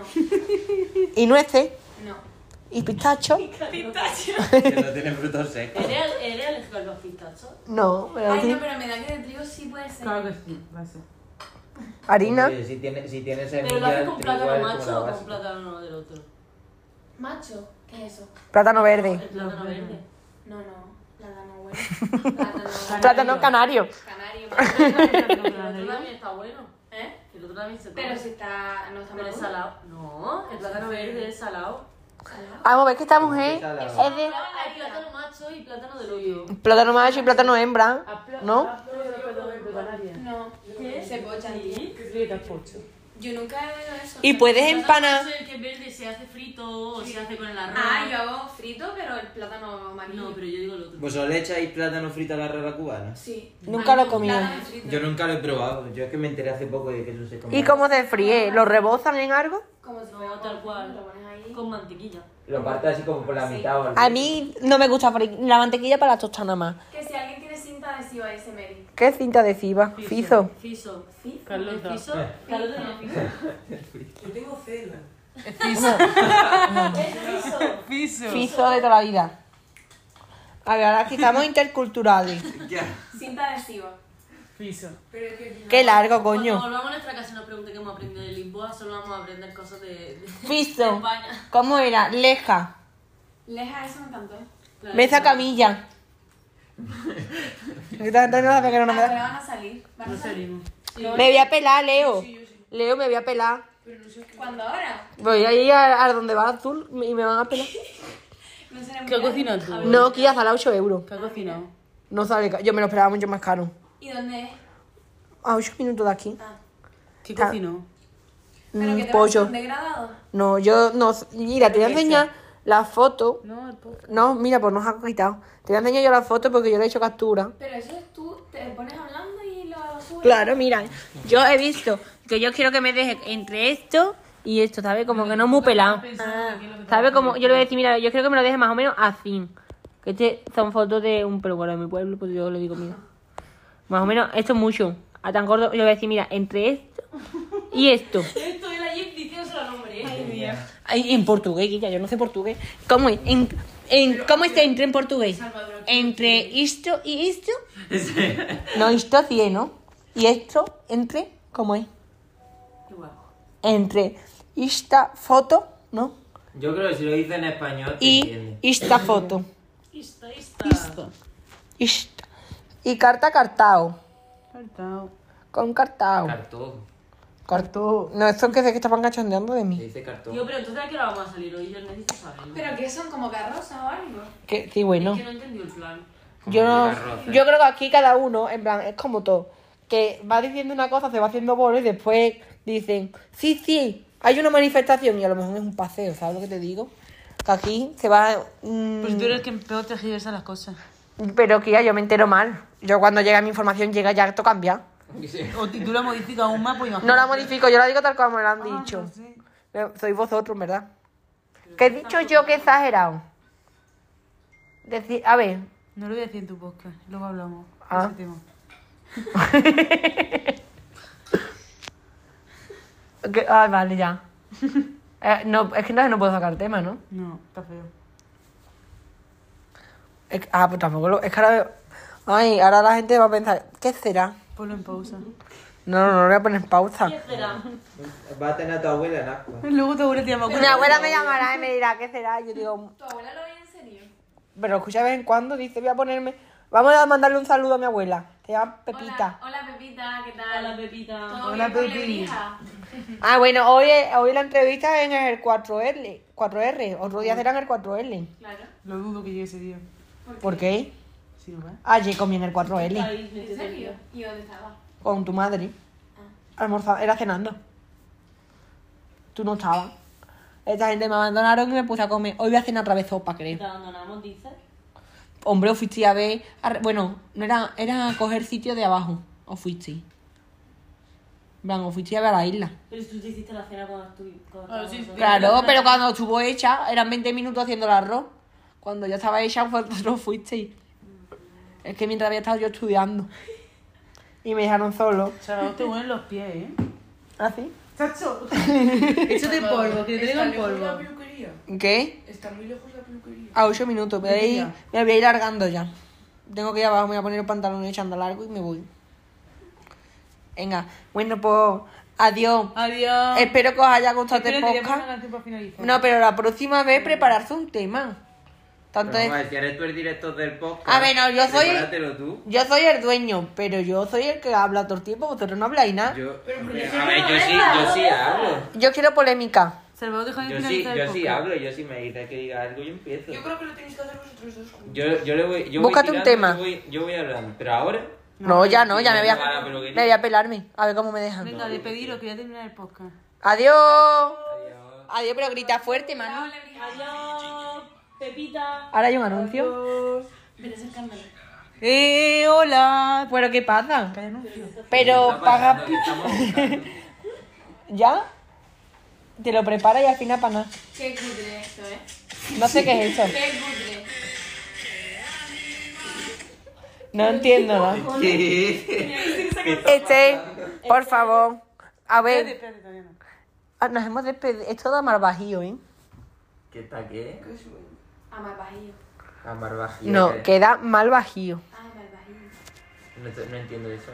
[SPEAKER 2] y nueces
[SPEAKER 10] no.
[SPEAKER 2] y pistacho.
[SPEAKER 10] Pistacho.
[SPEAKER 6] creo Que no tiene frutos secos.
[SPEAKER 4] ¿Eres eres alérgico a los pistachos?
[SPEAKER 2] No, me lo
[SPEAKER 10] Ay, no,
[SPEAKER 2] dice.
[SPEAKER 10] pero me da que de trigo sí puede ser.
[SPEAKER 5] Claro que sí, va a ser.
[SPEAKER 2] harina.
[SPEAKER 6] Oye, Si tiene, si tiene
[SPEAKER 4] ¿Pero lo haces
[SPEAKER 6] semillas,
[SPEAKER 4] con
[SPEAKER 6] trigo es
[SPEAKER 4] plátano
[SPEAKER 6] como la
[SPEAKER 4] macho o
[SPEAKER 6] base.
[SPEAKER 4] con plátano del otro?
[SPEAKER 10] Macho, ¿qué es eso?
[SPEAKER 2] Plátano verde.
[SPEAKER 4] Plátano verde.
[SPEAKER 10] No, no. Plátano bueno. Plátano
[SPEAKER 2] Plátano canario.
[SPEAKER 10] canario.
[SPEAKER 4] El *laughs* otro también está bueno.
[SPEAKER 10] ¿Eh?
[SPEAKER 4] El otro también se come.
[SPEAKER 10] Pero si está. No está
[SPEAKER 4] Pero es
[SPEAKER 10] maduro.
[SPEAKER 4] salado. No, el plátano verde es salado.
[SPEAKER 2] Vamos a ver que esta mujer
[SPEAKER 6] Salado.
[SPEAKER 2] es de
[SPEAKER 4] Hay plátano macho y plátano del hoyo.
[SPEAKER 2] plátano macho y plátano hembra. ¿No?
[SPEAKER 10] No. ¿Qué? Se pocha. Yo nunca he oído eso.
[SPEAKER 2] Y puedes
[SPEAKER 4] Plátano
[SPEAKER 2] empanar.
[SPEAKER 4] macho, El que es verde se hace frito o se hace con el arroz.
[SPEAKER 10] Ah, yo hago frito, pero el plátano amarillo.
[SPEAKER 4] No, pero yo digo el otro.
[SPEAKER 6] ¿Vosotros le echáis plátano frito a la rara cubana?
[SPEAKER 10] Sí.
[SPEAKER 2] Nunca lo he comido.
[SPEAKER 10] Plátano frito.
[SPEAKER 6] Yo nunca lo he probado. Yo es que me enteré hace poco de que eso se come.
[SPEAKER 2] ¿Y cómo se fríe? ¿Lo rebozan en algo?
[SPEAKER 10] Como si
[SPEAKER 4] No, tal cual.
[SPEAKER 10] Lo pones ahí.
[SPEAKER 4] Con mantequilla.
[SPEAKER 6] Lo parte así como por la
[SPEAKER 10] Sí.
[SPEAKER 6] mitad o algo.
[SPEAKER 2] A mí no me gusta fri- la mantequilla para la tostada nada más.
[SPEAKER 10] Que si alguien tiene cinta adhesiva, dice Mary.
[SPEAKER 2] ¿Qué cinta adhesiva? Fizo.
[SPEAKER 4] Fiso. ¿Fiso?
[SPEAKER 11] Carlota.
[SPEAKER 4] ¿Fiso? Carlota tiene fiso.
[SPEAKER 12] Yo tengo cena.
[SPEAKER 4] Es fiso.
[SPEAKER 5] Piso.
[SPEAKER 2] Fizo de toda la vida. A ver, ahora aquí estamos interculturales.
[SPEAKER 6] Ya.
[SPEAKER 10] Cinta adhesiva.
[SPEAKER 5] Piso.
[SPEAKER 2] Qué largo,
[SPEAKER 4] Cuando
[SPEAKER 2] coño.
[SPEAKER 4] volvamos a nuestra casa y nos pregunten qué hemos aprendido de Lisboa, solo vamos a aprender cosas de, de- de
[SPEAKER 2] Fizo.
[SPEAKER 4] España.
[SPEAKER 2] ¿Cómo era? Leja.
[SPEAKER 10] Leja, eso me encantó.
[SPEAKER 4] Claro.
[SPEAKER 2] Mesa camilla. Yo tampoco sabía que era una
[SPEAKER 10] ¿A qué
[SPEAKER 2] mesa-
[SPEAKER 10] hora van a salir? ¿Van a salir?
[SPEAKER 2] Me voy a pelar, Leo. Leo, me voy a pelar.
[SPEAKER 10] ¿Cuándo ahora?
[SPEAKER 2] Voy a ir a, a donde va azul y me van a pelar.
[SPEAKER 10] No será
[SPEAKER 5] ¿Qué
[SPEAKER 10] muy tarde.
[SPEAKER 5] cocinas tú?
[SPEAKER 2] No, que ya sale a 8 euros.
[SPEAKER 5] ¿Qué has
[SPEAKER 4] Ah,
[SPEAKER 5] cocinado?
[SPEAKER 2] No sale, ca- yo me lo esperaba mucho más caro.
[SPEAKER 10] ¿Y dónde es?
[SPEAKER 2] A 8 minutos de aquí.
[SPEAKER 5] ¿Qué
[SPEAKER 2] Ca-
[SPEAKER 5] cocinó?
[SPEAKER 10] Ah, ¿Pero
[SPEAKER 2] Mm,
[SPEAKER 10] que te
[SPEAKER 2] pollo.
[SPEAKER 10] vas degradado?
[SPEAKER 2] No, yo no. Mira, te voy a enseñar la foto.
[SPEAKER 5] No, el pollo.
[SPEAKER 2] No, mira, pues nos ha quitado. Te voy a enseñar yo la foto porque yo le he hecho captura.
[SPEAKER 10] Pero eso es tú, te pones hablando y lo subes.
[SPEAKER 2] Claro, mira. Yo he visto que yo quiero que me deje entre esto y esto, ¿sabes? Como que no muy pelado. ¿Sabes? Como yo le voy a decir, mira, yo creo que me lo deje más o menos así. Que este son fotos de un peluquero de mi pueblo, pues yo le digo, mira. Más o menos, esto es mucho. A tan gordo, yo le voy a decir, mira, entre esto y *laughs* esto.
[SPEAKER 4] Esto es la Jeep diciéndose los nombres.
[SPEAKER 2] ¿eh? Ay, en portugués, Guilla, yo no sé portugués. ¿Cómo es? En, en- ¿Cómo está entre en portugués? Entre esto y esto. No, esto sí, ¿no? Y esto, entre, ¿cómo es?
[SPEAKER 4] Igual.
[SPEAKER 2] Entre esta foto, ¿no?
[SPEAKER 6] Yo creo que si lo dice en español, te
[SPEAKER 2] Y
[SPEAKER 6] entiende.
[SPEAKER 2] esta foto.
[SPEAKER 4] Esta, esta.
[SPEAKER 2] Esta. Y carta cartao.
[SPEAKER 5] Cortado.
[SPEAKER 2] Con cartao.
[SPEAKER 6] Cartón.
[SPEAKER 2] Cartao. No, esto que sé que estaban cachondeando de
[SPEAKER 6] Se
[SPEAKER 2] mí.
[SPEAKER 6] dice cartón.
[SPEAKER 4] Tío, pero entonces ¿a qué hora vamos a salir hoy? Yo necesito saberlo.
[SPEAKER 10] ¿Pero que son como carrozas o algo?
[SPEAKER 2] Que, sí,
[SPEAKER 4] Es
[SPEAKER 2] bueno.
[SPEAKER 4] que no entendí el plan.
[SPEAKER 6] Como
[SPEAKER 2] Yo, no-
[SPEAKER 6] el arroz, ¿eh?
[SPEAKER 2] yo creo que aquí cada uno, en plan, es como todo. Que va diciendo una cosa, se va haciendo bolos y después dicen, sí, sí, hay una manifestación y a lo mejor es un paseo, ¿sabes lo que te digo? Que aquí se va... mm,
[SPEAKER 5] Pues tú eres el que peor te las cosas.
[SPEAKER 2] Pero que ya yo me entero mal. Yo cuando llega mi información llega ya esto cambia.
[SPEAKER 8] O ti- tú la modificas aún más, pues Ah,
[SPEAKER 2] No la modifico, yo la digo tal como me la han dicho. Me- Sois vosotros, ¿verdad? ¿Qué he dicho yo que he exagerado? Deci- a ver,
[SPEAKER 8] No lo voy a decir en tu podcast, luego hablamos de
[SPEAKER 2] Ah.
[SPEAKER 8] ese tema.
[SPEAKER 2] que- ah, vale, ya. *laughs* Eh, no, es que entonces no puedo sacar tema, ¿no?
[SPEAKER 8] No, está feo.
[SPEAKER 2] Es que- ah, pues tampoco lo- Es que ahora... Ay, ahora la gente va a pensar, ¿qué será?
[SPEAKER 8] Ponlo en pausa.
[SPEAKER 2] No, no, no lo voy a poner en pausa.
[SPEAKER 6] Va a tener a tu abuela en asco.
[SPEAKER 8] *laughs* Luego tu abuela te llama.
[SPEAKER 2] Mi abuela me llamará y me dirá, ¿qué será? Yo digo,
[SPEAKER 10] ¿Tu abuela lo ve en serio?
[SPEAKER 2] pero escucha de vez en cuando, dice, voy a ponerme... Vamos a mandarle un saludo a mi abuela. Se llama Pepita.
[SPEAKER 10] Hola Pepita, ¿qué tal? Hola Pepita. ¿Todo
[SPEAKER 8] Hola,
[SPEAKER 10] bien con
[SPEAKER 8] Pepi.
[SPEAKER 10] Lebrija?
[SPEAKER 2] Ah, bueno, hoy, hoy la entrevista es en el 4L, 4R. Otro día será en el 4L.
[SPEAKER 10] Claro.
[SPEAKER 8] Lo dudo que llegue ese día.
[SPEAKER 2] ¿Por qué?
[SPEAKER 8] Si no va.
[SPEAKER 2] Ayer comí en el 4L
[SPEAKER 10] ¿En serio? ¿Y dónde estaba?
[SPEAKER 2] con tu madre. Almorzaba, era cenando. Tú no estabas. Esta gente me abandonaron y me puse a comer. Hoy voy a cenar otra vez sopa,
[SPEAKER 4] Te
[SPEAKER 2] creo.
[SPEAKER 4] abandonamos, dices.
[SPEAKER 2] Hombre, os fuiste a ver. a re- bueno, no era, era a coger sitio de abajo. O fuiste. Van, o fuiste a ver a la isla.
[SPEAKER 4] Pero tú te hiciste la cena cuando estuve.
[SPEAKER 8] Ah, sí, sí.
[SPEAKER 2] Claro, pero cuando estuvo hecha, eran 20 minutos haciendo el arroz. Cuando ya estaba hecha, *laughs* vosotros fuisteis. Es que mientras había estado yo estudiando. Y me dejaron solo.
[SPEAKER 8] Chaval, te huelen los pies, ¿eh?
[SPEAKER 2] ¿Así?
[SPEAKER 7] Chacho.
[SPEAKER 8] *laughs* Échate en polvo, que te traigo en
[SPEAKER 3] lejos la
[SPEAKER 8] polvo.
[SPEAKER 3] peluquería.
[SPEAKER 2] ¿Qué?
[SPEAKER 3] Está muy lejos la peluquería.
[SPEAKER 2] A 8 minutos. Voy a ir-
[SPEAKER 8] Ya.
[SPEAKER 2] me voy a ir largando ya. Tengo que ir abajo, me voy a poner el pantalón y chándal largo y me voy. Venga, bueno, pues adiós.
[SPEAKER 8] Adiós.
[SPEAKER 2] Espero que os haya gustado este
[SPEAKER 8] Ah. Espérate, voy a poner una
[SPEAKER 2] podcast.
[SPEAKER 8] canción para finalizar.
[SPEAKER 2] Eh, No, pero la próxima vez prepararse un tema. Tanto
[SPEAKER 6] Pero,
[SPEAKER 2] de-
[SPEAKER 6] vamos, si eres tú el director del podcast.
[SPEAKER 2] A ver, no, Ah, yo soy-
[SPEAKER 6] prepáratelo tú.
[SPEAKER 2] Yo soy el dueño, pero yo soy el que habla todo el tiempo, vosotros no habláis nada. Yo,
[SPEAKER 6] Yo, a ver, yo sí, yo sí hablo.
[SPEAKER 2] quiero polémica.
[SPEAKER 8] Salvador, déjame
[SPEAKER 6] Yo sí,
[SPEAKER 8] finalizar el
[SPEAKER 6] yo sí
[SPEAKER 8] podcast.
[SPEAKER 6] hablo, yo sí me dices que diga algo, yo empiezo.
[SPEAKER 3] Yo creo que lo tenéis que hacer vosotros dos juntos.
[SPEAKER 6] Yo, yo le voy. Yo
[SPEAKER 2] Búscate un
[SPEAKER 6] voy tirando,
[SPEAKER 2] tema.
[SPEAKER 6] Yo voy, yo voy hablando, pero ahora.
[SPEAKER 2] No, ya no, ya me voy, a,
[SPEAKER 6] Ah, pero que-
[SPEAKER 2] me voy a pelarme, a ver cómo me dejan.
[SPEAKER 8] Venga, despediros, que voy a terminar el podcast.
[SPEAKER 2] Adiós. Adiós, pero grita fuerte, mano.
[SPEAKER 4] Adiós, Pepita.
[SPEAKER 2] Ahora hay un anuncio.
[SPEAKER 10] Pero es escándalo.
[SPEAKER 2] Eh, hola. Pero ¿qué pasa? Pero paga...
[SPEAKER 6] ¿Qué estamos buscando? *laughs*
[SPEAKER 2] ¿Ya? Te lo prepara y al final para nada.
[SPEAKER 10] Qué cutre esto, ¿eh?
[SPEAKER 2] No sé qué es eso.
[SPEAKER 10] Qué cutre.
[SPEAKER 2] No entiendo, ¿no? Este, por favor. A
[SPEAKER 8] Espérate,
[SPEAKER 2] ver,
[SPEAKER 8] espérate, todavía no.
[SPEAKER 2] ah, nos hemos despedido. Esto da mal bajío, ¿eh?
[SPEAKER 6] ¿Qué está qué?
[SPEAKER 10] Amar bajillo.
[SPEAKER 6] Amar bajío.
[SPEAKER 2] No, queda mal bajío.
[SPEAKER 10] Amar bajillo.
[SPEAKER 6] No, te- no entiendo eso.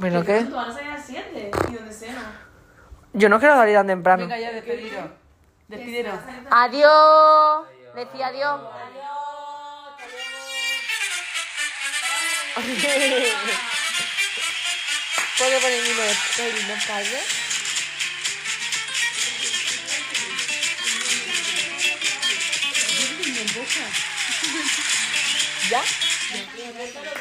[SPEAKER 2] ¿Pero qué?
[SPEAKER 10] Tú ahora sales a las 7 ¿eh? y donde cena.
[SPEAKER 2] Yo no quiero salir tan temprano.
[SPEAKER 8] Venga, ya despediros. Despediros.
[SPEAKER 2] Adiós. Decía adiós. ¿Puedo poner mi nombre? ¿Mi nombre? ¿Ya?